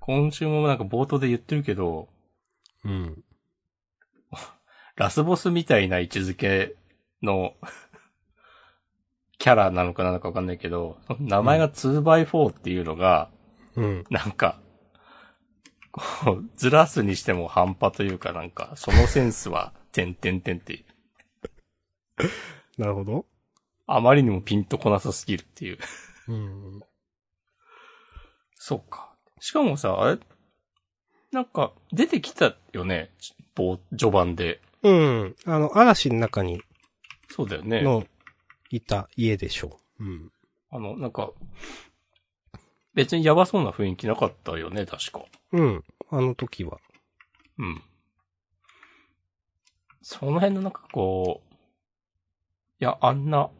今週もなんか冒頭で言ってるけど、 [laughs] うん。ラスボスみたいな位置づけの、 [laughs] キャラなのかなのかわかんないけど、名前が 2x4 っていうのが、うん。なんか、こう、ずらすにしても半端というかなんか、そのセンスは、てんてんてんっていう。なるほど。あまりにもピンとこなさすぎるっていう。うん。そうか。しかもさ、あれなんか、出てきたよね。ぼう序盤で。うん。あの、嵐の中に、そうだよね。の、いた家でしょう。うん。あの、なんか、別にやばそうな雰囲気なかったよね、確か。うん。あの時は。うん。その辺のなんかこう、いや、あんな、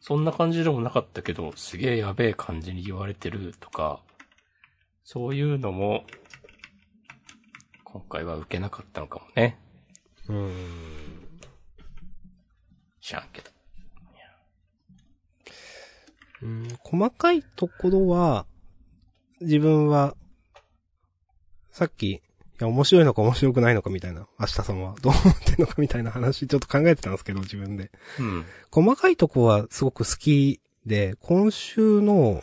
そんな感じでもなかったけど、すげえやべえ感じに言われてるとか、そういうのも、今回は受けなかったのかもね。うん。知らんけど。うん、細かいところは、自分は、さっき、いや、面白いのか面白くないのかみたいな、明日さんはどう思ってんのかみたいな話、ちょっと考えてたんですけど、自分で。うん。細かいとこはすごく好きで、今週の、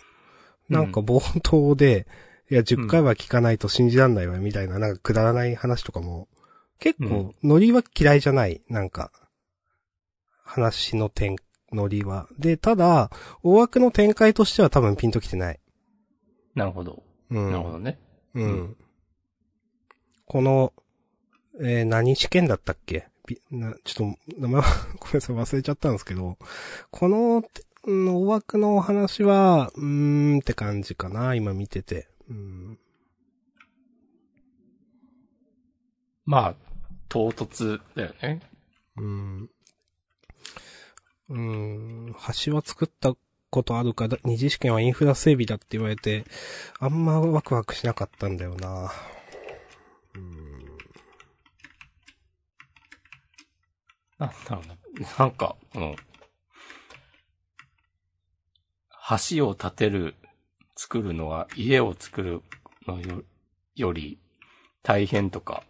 なんか冒頭で、いや、10回は聞かないと信じらんないわ、みたいな、なんかくだらない話とかも、結構、ノリは嫌いじゃない、なんか、話の展、ノリは。で、ただ、大枠の展開としては多分ピンときてない。なるほど。うん。なるほどね。ううんん。この、えー何試験だったっけびなちょっと、名前は、 [laughs] ごめんなさい、忘れちゃったんですけど、この、うん大枠のお話は、うーんって感じかな、今見てて。うん。まあ、唐突だよね。うん。うん、橋は作ったことあるか、だ二次試験はインフラ整備だって言われて、あんまワクワクしなかったんだよな。なんだろうな。なんか、この、橋を建てる、作るのは、家を作るのよより大変とか、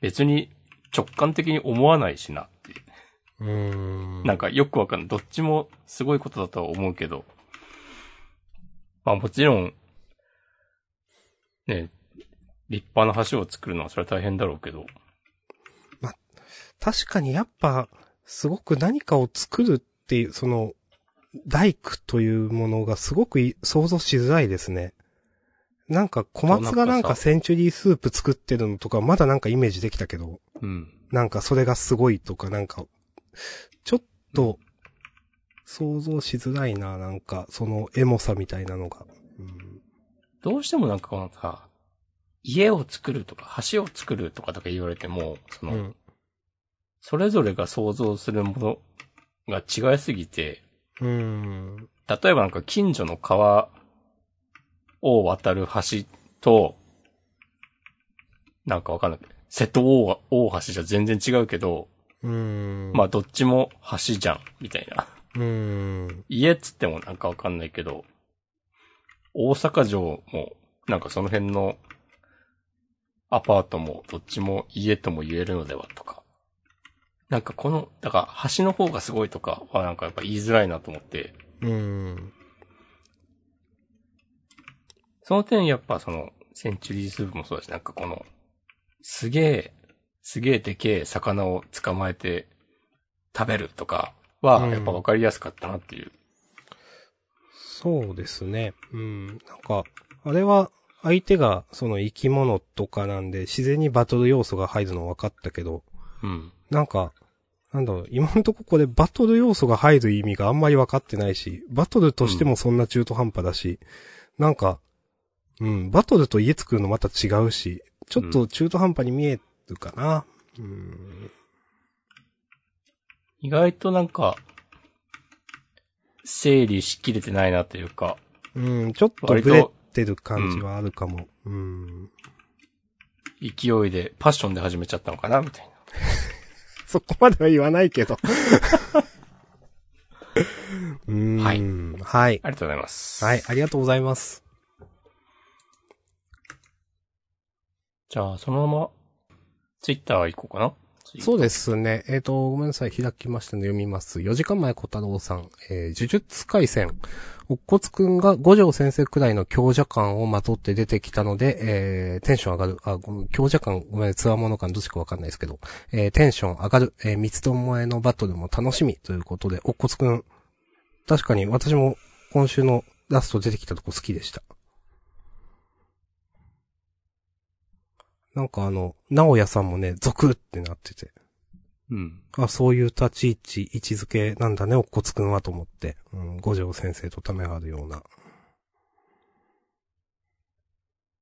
別に直感的に思わないしなっていう。うんなんかよくわかんない。どっちもすごいことだとは思うけど。まあもちろん、ね、立派な橋を作るのはそれは大変だろうけど。確かにやっぱ、すごく何かを作るっていう、その、大工というものがすごくい想像しづらいですね。なんか小松がなんかセンチュリースープ作ってるのとかまだなんかイメージできたけど、うん。なんかそれがすごいとかなんか、ちょっと想像しづらいな、なんかそのエモさみたいなのが。うんどうしてもなんかこのさ、家を作るとか橋を作るとかとか言われても、その、うん。それぞれが想像するものが違いすぎて、うん。例えばなんか近所の川を渡る橋と、なんかわかんない。瀬戸大大橋じゃ全然違うけど、うん。まあどっちも橋じゃん、みたいな。うん。家っつってもなんかわかんないけど、大阪城も、なんかその辺のアパートもどっちも家とも言えるのではとか。なんかこの、だから橋の方がすごいとかはなんかやっぱ言いづらいなと思って、うん。その点やっぱその、センチュリースープもそうだし、なんかこの、すげえ、すげえでけえ魚を捕まえて食べるとかは、やっぱわかりやすかったなっていう。そうですね。うん。なんか、あれは、相手が、その生き物とかなんで、自然にバトル要素が入るの分かったけど、うん。なんか、なんだろう、今のとここでバトル要素が入る意味があんまり分かってないし、バトルとしてもそんな中途半端だし、なんか、うん、バトルと家作るのまた違うし、ちょっと中途半端に見えるかな。うん。意外となんか、整理しきれてないなというか、うん、ちょっとブ割とレてる感じはあるかも。うん。勢いで、パッションで始めちゃったのかなみたいな。 [laughs] そこまでは言わないけど。うーんはい。はい。ありがとうございます。はい、ありがとうございます。じゃあ、そのまま、ツイッター行こうかな。ツしい。そうですね。えっ、と、ごめんなさい。開きましたので読みます。4時間前小太郎さん。えー、呪術回戦。おっこつくんが五条先生くらいの強者感をまとって出てきたので、えー、テンション上がる。あ、ごめん強者感、ごめん、つわもの感どっちかわかんないですけど、えー、テンション上がる。えー、三つどもえのバトルも楽しみということで、おっこつくん。確かに私も今週のラスト出てきたとこ好きでした。なんかあの、直也さんもね、ゾクってなってて。うん。あ、そういう立ち位置、位置づけなんだね、おっこつくんはと思って。うん、五条先生とためがあるような。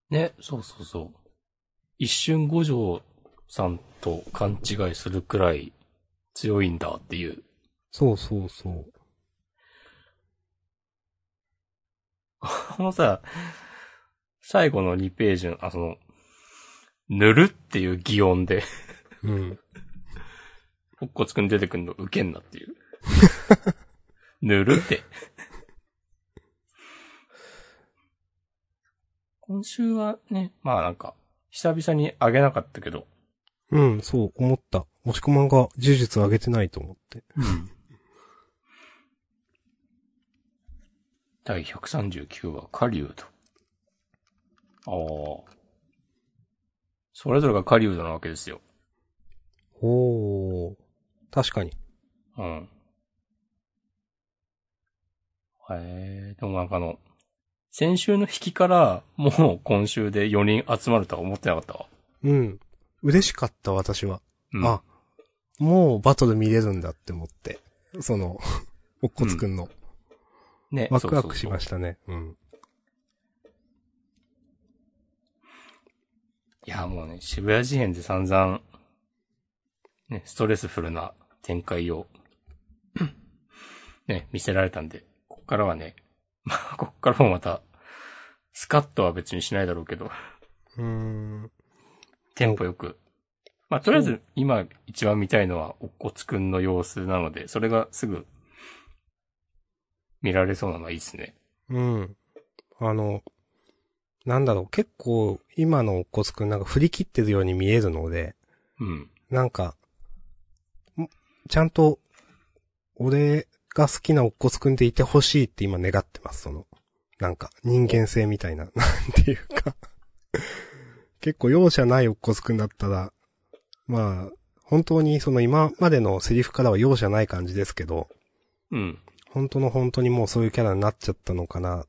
ね、そうそうそう。一瞬五条さんと勘違いするくらい強いんだっていう。そうそうそう。あのさ、最後の2ページの、あ、その、塗るっていう擬音で、うん。ポッコツくん出てくんのウケんなっていう。塗るって。今週はね、まあなんか、久々にあげなかったけど、うん、そう、思った。もしこまんが呪術上げてないと思って。第139話、狩人。ああ。それぞれが狩人なわけですよ。おー。確かに。うん。へえ、でもなんかあの、先週の引きから、もう今週で4人集まるとは思ってなかったわ。うん。嬉しかった、私は。うん、あ、もうバトル見れるんだって思って。その、おっこつくんの。ねワクワクしまししたね。うん。た。いや、もうね、渋谷事変で散々、ね、ストレスフルな展開を、ね、見せられたんで、こっからはね、 [laughs] まあ、こっからもまた、スカッとは別にしないだろうけど、うーん。テンポよく。まあ、とりあえず、今一番見たいのは、おっこつくんの様子なので、それがすぐ、見られそうなのはいいですね。うん。あの、なんだろう、結構今のおっこつくんなんか振り切ってるように見えるので、うん。なんか、んちゃんと、俺が好きなおっこつくんでいてほしいって今願ってます、その。なんか、人間性みたいな、 [laughs] なんていうか。結構容赦ないおっこつくんだったら、まあ、本当にその今までのセリフからは容赦ない感じですけど、うん。本当の本当にもうそういうキャラになっちゃったのかな、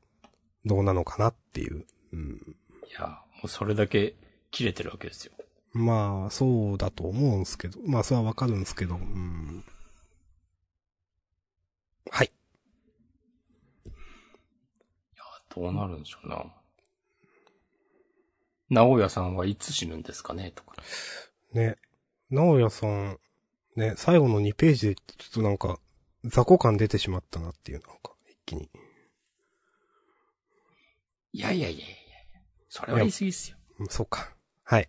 どうなのかなっていう。うん、いや、もうそれだけ、切れてるわけですよ。まあ、そうだと思うんすけど、まあ、それはわかるんですけど、うん。はい。どうなるんでしょうな。直屋さんはいつ死ぬんですかねとか。ね。直也さん、ね、最後の2ページでちょっとなんか、雑魚感出てしまったなっていう、なんか、一気に。いやいやいやいやいやそれは言い過ぎっすよ。うん、そうか。はい。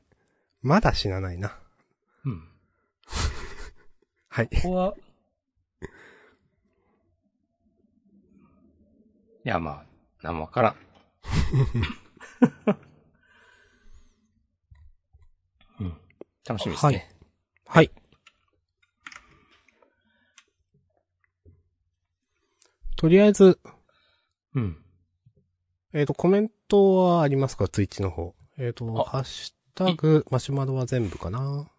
まだ死なないな。うん。はい。ここは、 [laughs] いや、まあ、なんもわからん。 [laughs] うん。楽しみですね。はいはい。とりあえず、うん。えっ、と、コメントはありますかツイッチの方。えっ、と、あハッシュタグ、マシュマロは全部かな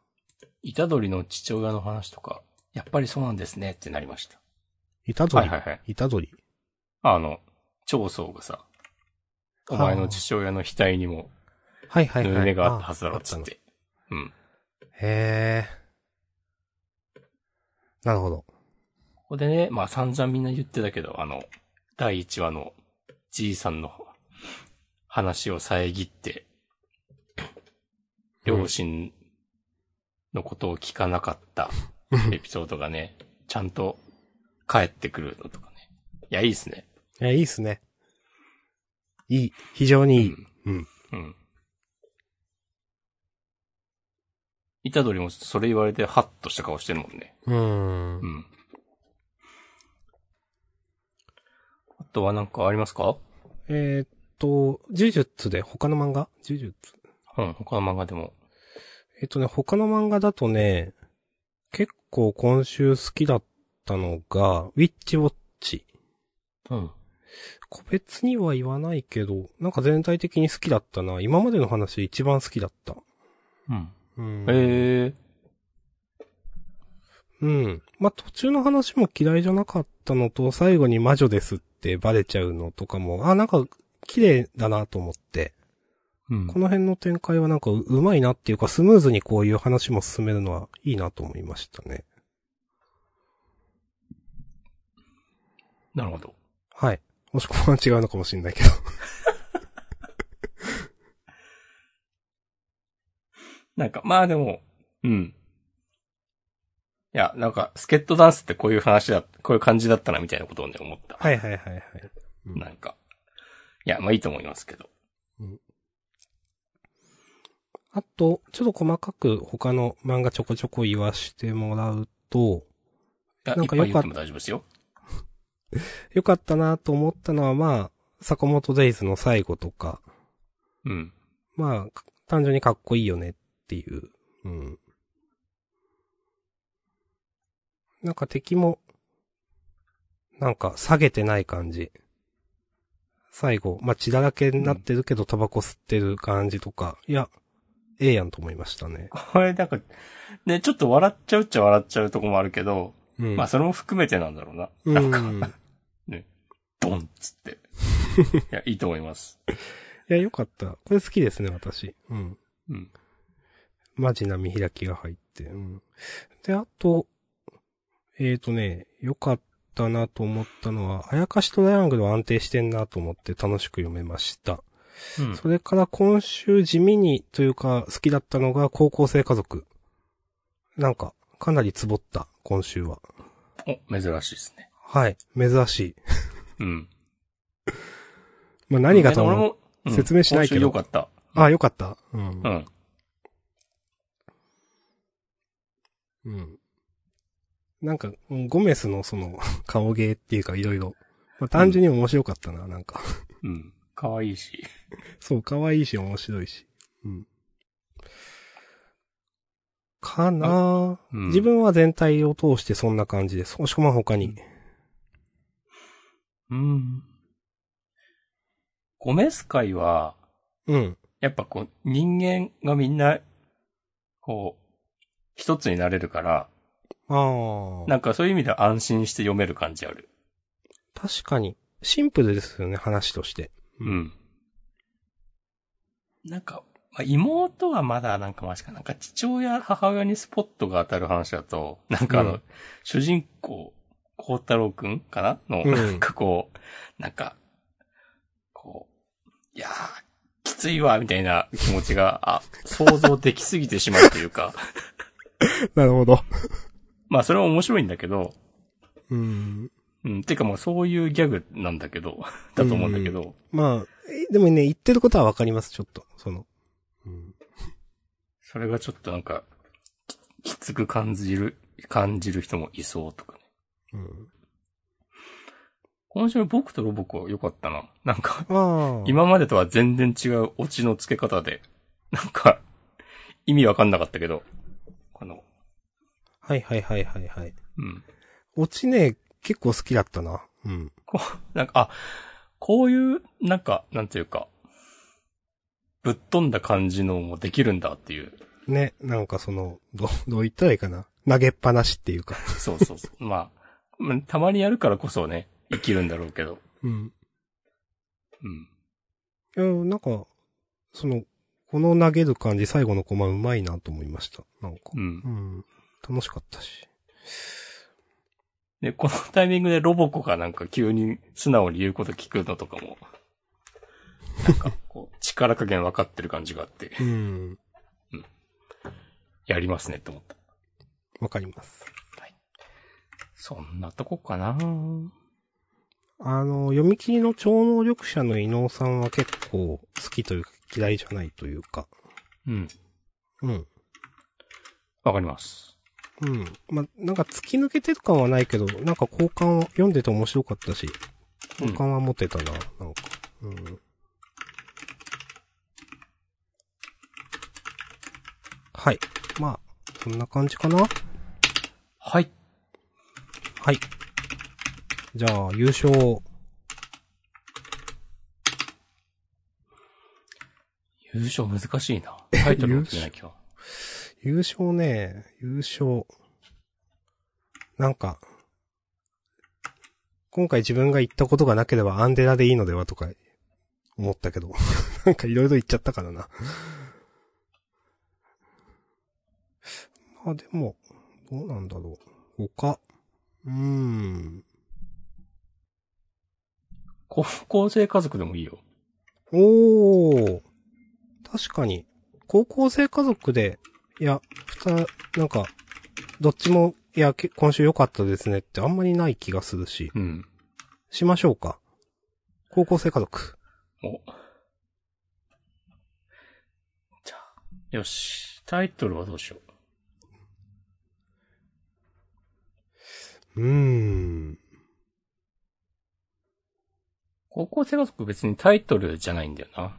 虎杖の父親の話とか、やっぱりそうなんですねってなりました。イタドはリいはいはい。イタドリあの、長宗がさ、お前の父親の額にも、はいはいはい。胸があったはずだろあっつっ。あて。うん。たのへー。なるほど。ここでね、まあ散々みんな言ってたけど、あの、第1話のじいさんの話を遮って、両親のことを聞かなかった [laughs] エピソードがね、ちゃんと帰ってくるのとかね。いや、いいですね。いや、いいっすね。いい。非常にいい。うん。うん。イタドリもそれ言われてハッとした顔してるもんね。うーんう。ん。あとはなんかありますかえっと、呪術で他の漫画呪術うん、他の漫画でも。えっとね、他の漫画だとね、結構今週好きだったのが、ウィッチウォッチ。うん。個別には言わないけど、なんか全体的に好きだったな。今までの話で一番好きだった。うん。うん。ええうん。まあ、途中の話も嫌いじゃなかったのと、最後に魔女ですってバレちゃうのとかも、あ、なんか、綺麗だなと思って。うんこの辺の展開はなんかう、うまいなっていうか、スムーズにこういう話も進めるのはいいなと思いましたね。なるほど。はい。もしここは違うのかもしれないけど。なんか、まあでも、うん。いや、なんか、スケットダンスってこういう話だ、こういう感じだったな、みたいなことをね、思った。 [laughs] はいはいはいはい。うんなんか。いや、まあいいと思いますけど。あと、ちょっと細かく他の漫画ちょこちょこ言わしてもらうと、いやなんいっぱかよい言っかっても大丈夫ですよ。良かったなと思ったのは、まあ、坂本デイズの最後とか、うん。まあ、か単純にかっこいいよねっていう。うん。なんか敵も、なんか下げてない感じ。最後、まあ、血だらけになってるけど、タバコ吸ってる感じとか、いや、ええやんと思いましたね。これ、なんか、ね、ちょっと笑っちゃうっちゃ笑っちゃうとこもあるけど、うん。まあそれも含めてなんだろうな。うん、なんか、いドンっつ [laughs] って。いや、いいと思います。や、よかった。これ好きですね、私。うん。うん。マジな見開きが入って。うん。で、あと、えーとね、良かったなと思ったのは、あやかしトライアングルは安定してんなと思って楽しく読めました。うんそれから今週地味にというか好きだったのが高校生家族。なんか、かなりツボった、今週は。お、珍しいですね。はい、珍しい。うん。まあ、何がと俺思うも、うん説明しないけど今週よかった。あ、良かった。うんう。ん。うん。なんか、うんゴメスのその、顔芸っていうかいろいろ。まあ、単純に面白かったな、なんか。うん。可愛いいし。そう、可愛いし面白いし。うん。かなぁ、うん自分は全体を通してそんな感じです。もしくは他に。うん。ゴメス会は、うん。やっぱこう、人間がみんな、こう、一つになれるから、ああ。なんかそういう意味では安心して読める感じある。確かに。シンプルですよね、話として。うん。なんか、まあ、妹はまだなんかマシかな。なんか父親、母親にスポットが当たる話だと、なんかあの、うん主人公、孝太郎くんかなの、うん [laughs] なんかこう、なんか、こう、いやー、きついわ、みたいな気持ちが、あ、想像できすぎてしまうというか、 [laughs] なるほど。まあそれは面白いんだけど、うん。うん、てかもうそういうギャグなんだけど、だと思うんだけど、まあ、えでもね、言ってることはわかります、ちょっと。その。うん。それがちょっとなんか、ききつく感じる、感じる人もいそうとかね。うん。今週僕とロボコ良かったな。なんか、ああ。。今までとは全然違うオチの付け方で、なんか、意味わかんなかったけど、この、はいはいはいはいはい。うん。オチね、結構好きだったな。うん。こう、なんか、あ、こういう、なんか、なんていうか、ぶっ飛んだ感じのもできるんだっていう。ね、なんかその、ど、どう言ったらいいかな。投げっぱなしっていうか。そうそうそう。まあ、まあたまにやるからこそね、生きるんだろうけど。うん。うん。いや、なんか、その、この投げる感じ、最後のコマうまいなと思いました。なんか。うんう。ん。楽しかったし。で、このタイミングでロボコがなんか急に素直に言うこと聞くのとかも、なんかこう、 [laughs] 力加減分かってる感じがあって、うん。やりますねって思った。わかります。そんなとこかなあの、読み切りの超能力者の伊能さんは結構好きというか嫌いじゃないというか。うん。うん。わかります。うん。ま、なんか突き抜けてる感はないけど、なんか好感は読んでて面白かったし、うん好感は持てたな、なんか。うん。はい。まあ、そんな感じかなはい。はい。じゃあ、優勝。優勝難しいな。タイトルも決めなきゃ。優勝ね、優勝。なんか、今回自分が言ったことがなければアンデラでいいのではとか思ったけど、 [laughs] なんかいろいろ言っちゃったからな。まあでも、どうなんだろう。他。うーん。高校生家族でもいいよ。おー。確かに、高校生家族で、いや、ふた、なんか、どっちも、いや、け今週良かったですねってあんまりない気がするし、うん。しましょうか。高校生家族。お。じゃあ、よし。タイトルはどうしよう。うーん。高校生家族別にタイトルじゃないんだよな。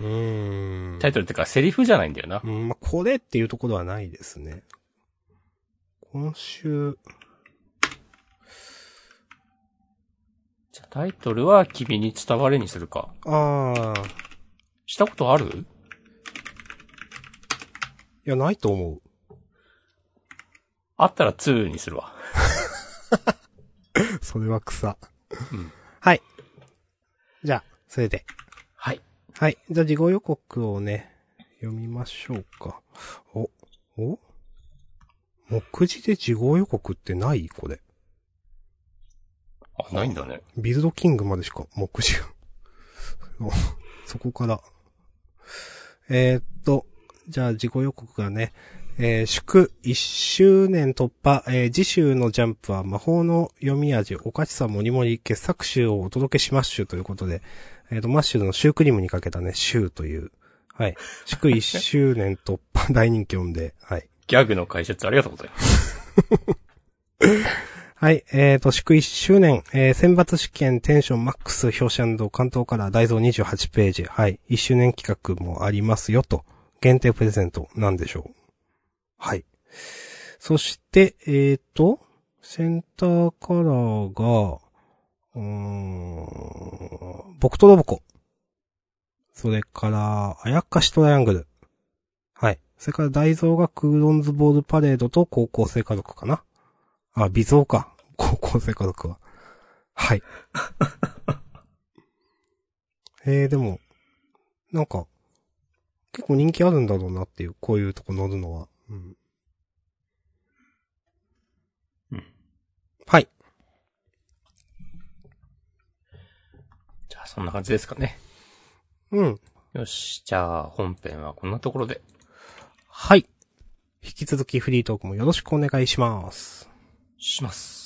うーん。タイトルってかセリフじゃないんだよなう。ん、まあ、これっていうところはないですね。今週、じゃあタイトルは君に伝われにするか。あー、したことあるいや、ないと思う。あったら2にするわ。それは草。うんはい。じゃあ、それで。はい。はい。じゃあ、事後予告をね、読みましょうか。お、お目次で事後予告ってないこれ。あ、ないんだね。ビルドキングまでしか目次が。 [laughs] おそこから。えーっと、じゃあ、事後予告がね。えー祝1周年突破、えー次週のジャンプは魔法の読み味、おかしさもりもり傑作集をお届けしまッシュということで、えっ、と、マッシュのシュークリームにかけたね、シューという、はい。祝1周年突破大人気読んで、はい。ギャグの解説ありがとうございます。はい、えーと、祝1周年、えー選抜試験テンションマックス表紙関東から大蔵28ページ、はい、1周年企画もありますよと、限定プレゼントなんでしょう。はい。そして、えーと、センターカラーが、うーん、僕とロボコ。それから、あやかしトライアングル。はい。それから大蔵がクーロンズボールパレードと高校生家族かな。あ、微増か。 [laughs] 高校生家族は。はい。 [laughs] えー、でも、なんか、結構人気あるんだろうなっていう、こういうとこ乗るのは。うん。うんはい。じゃあ、そんな感じですかね。うん。よし。じゃあ、本編はこんなところで。はい。引き続きフリートークもよろしくお願いします。します。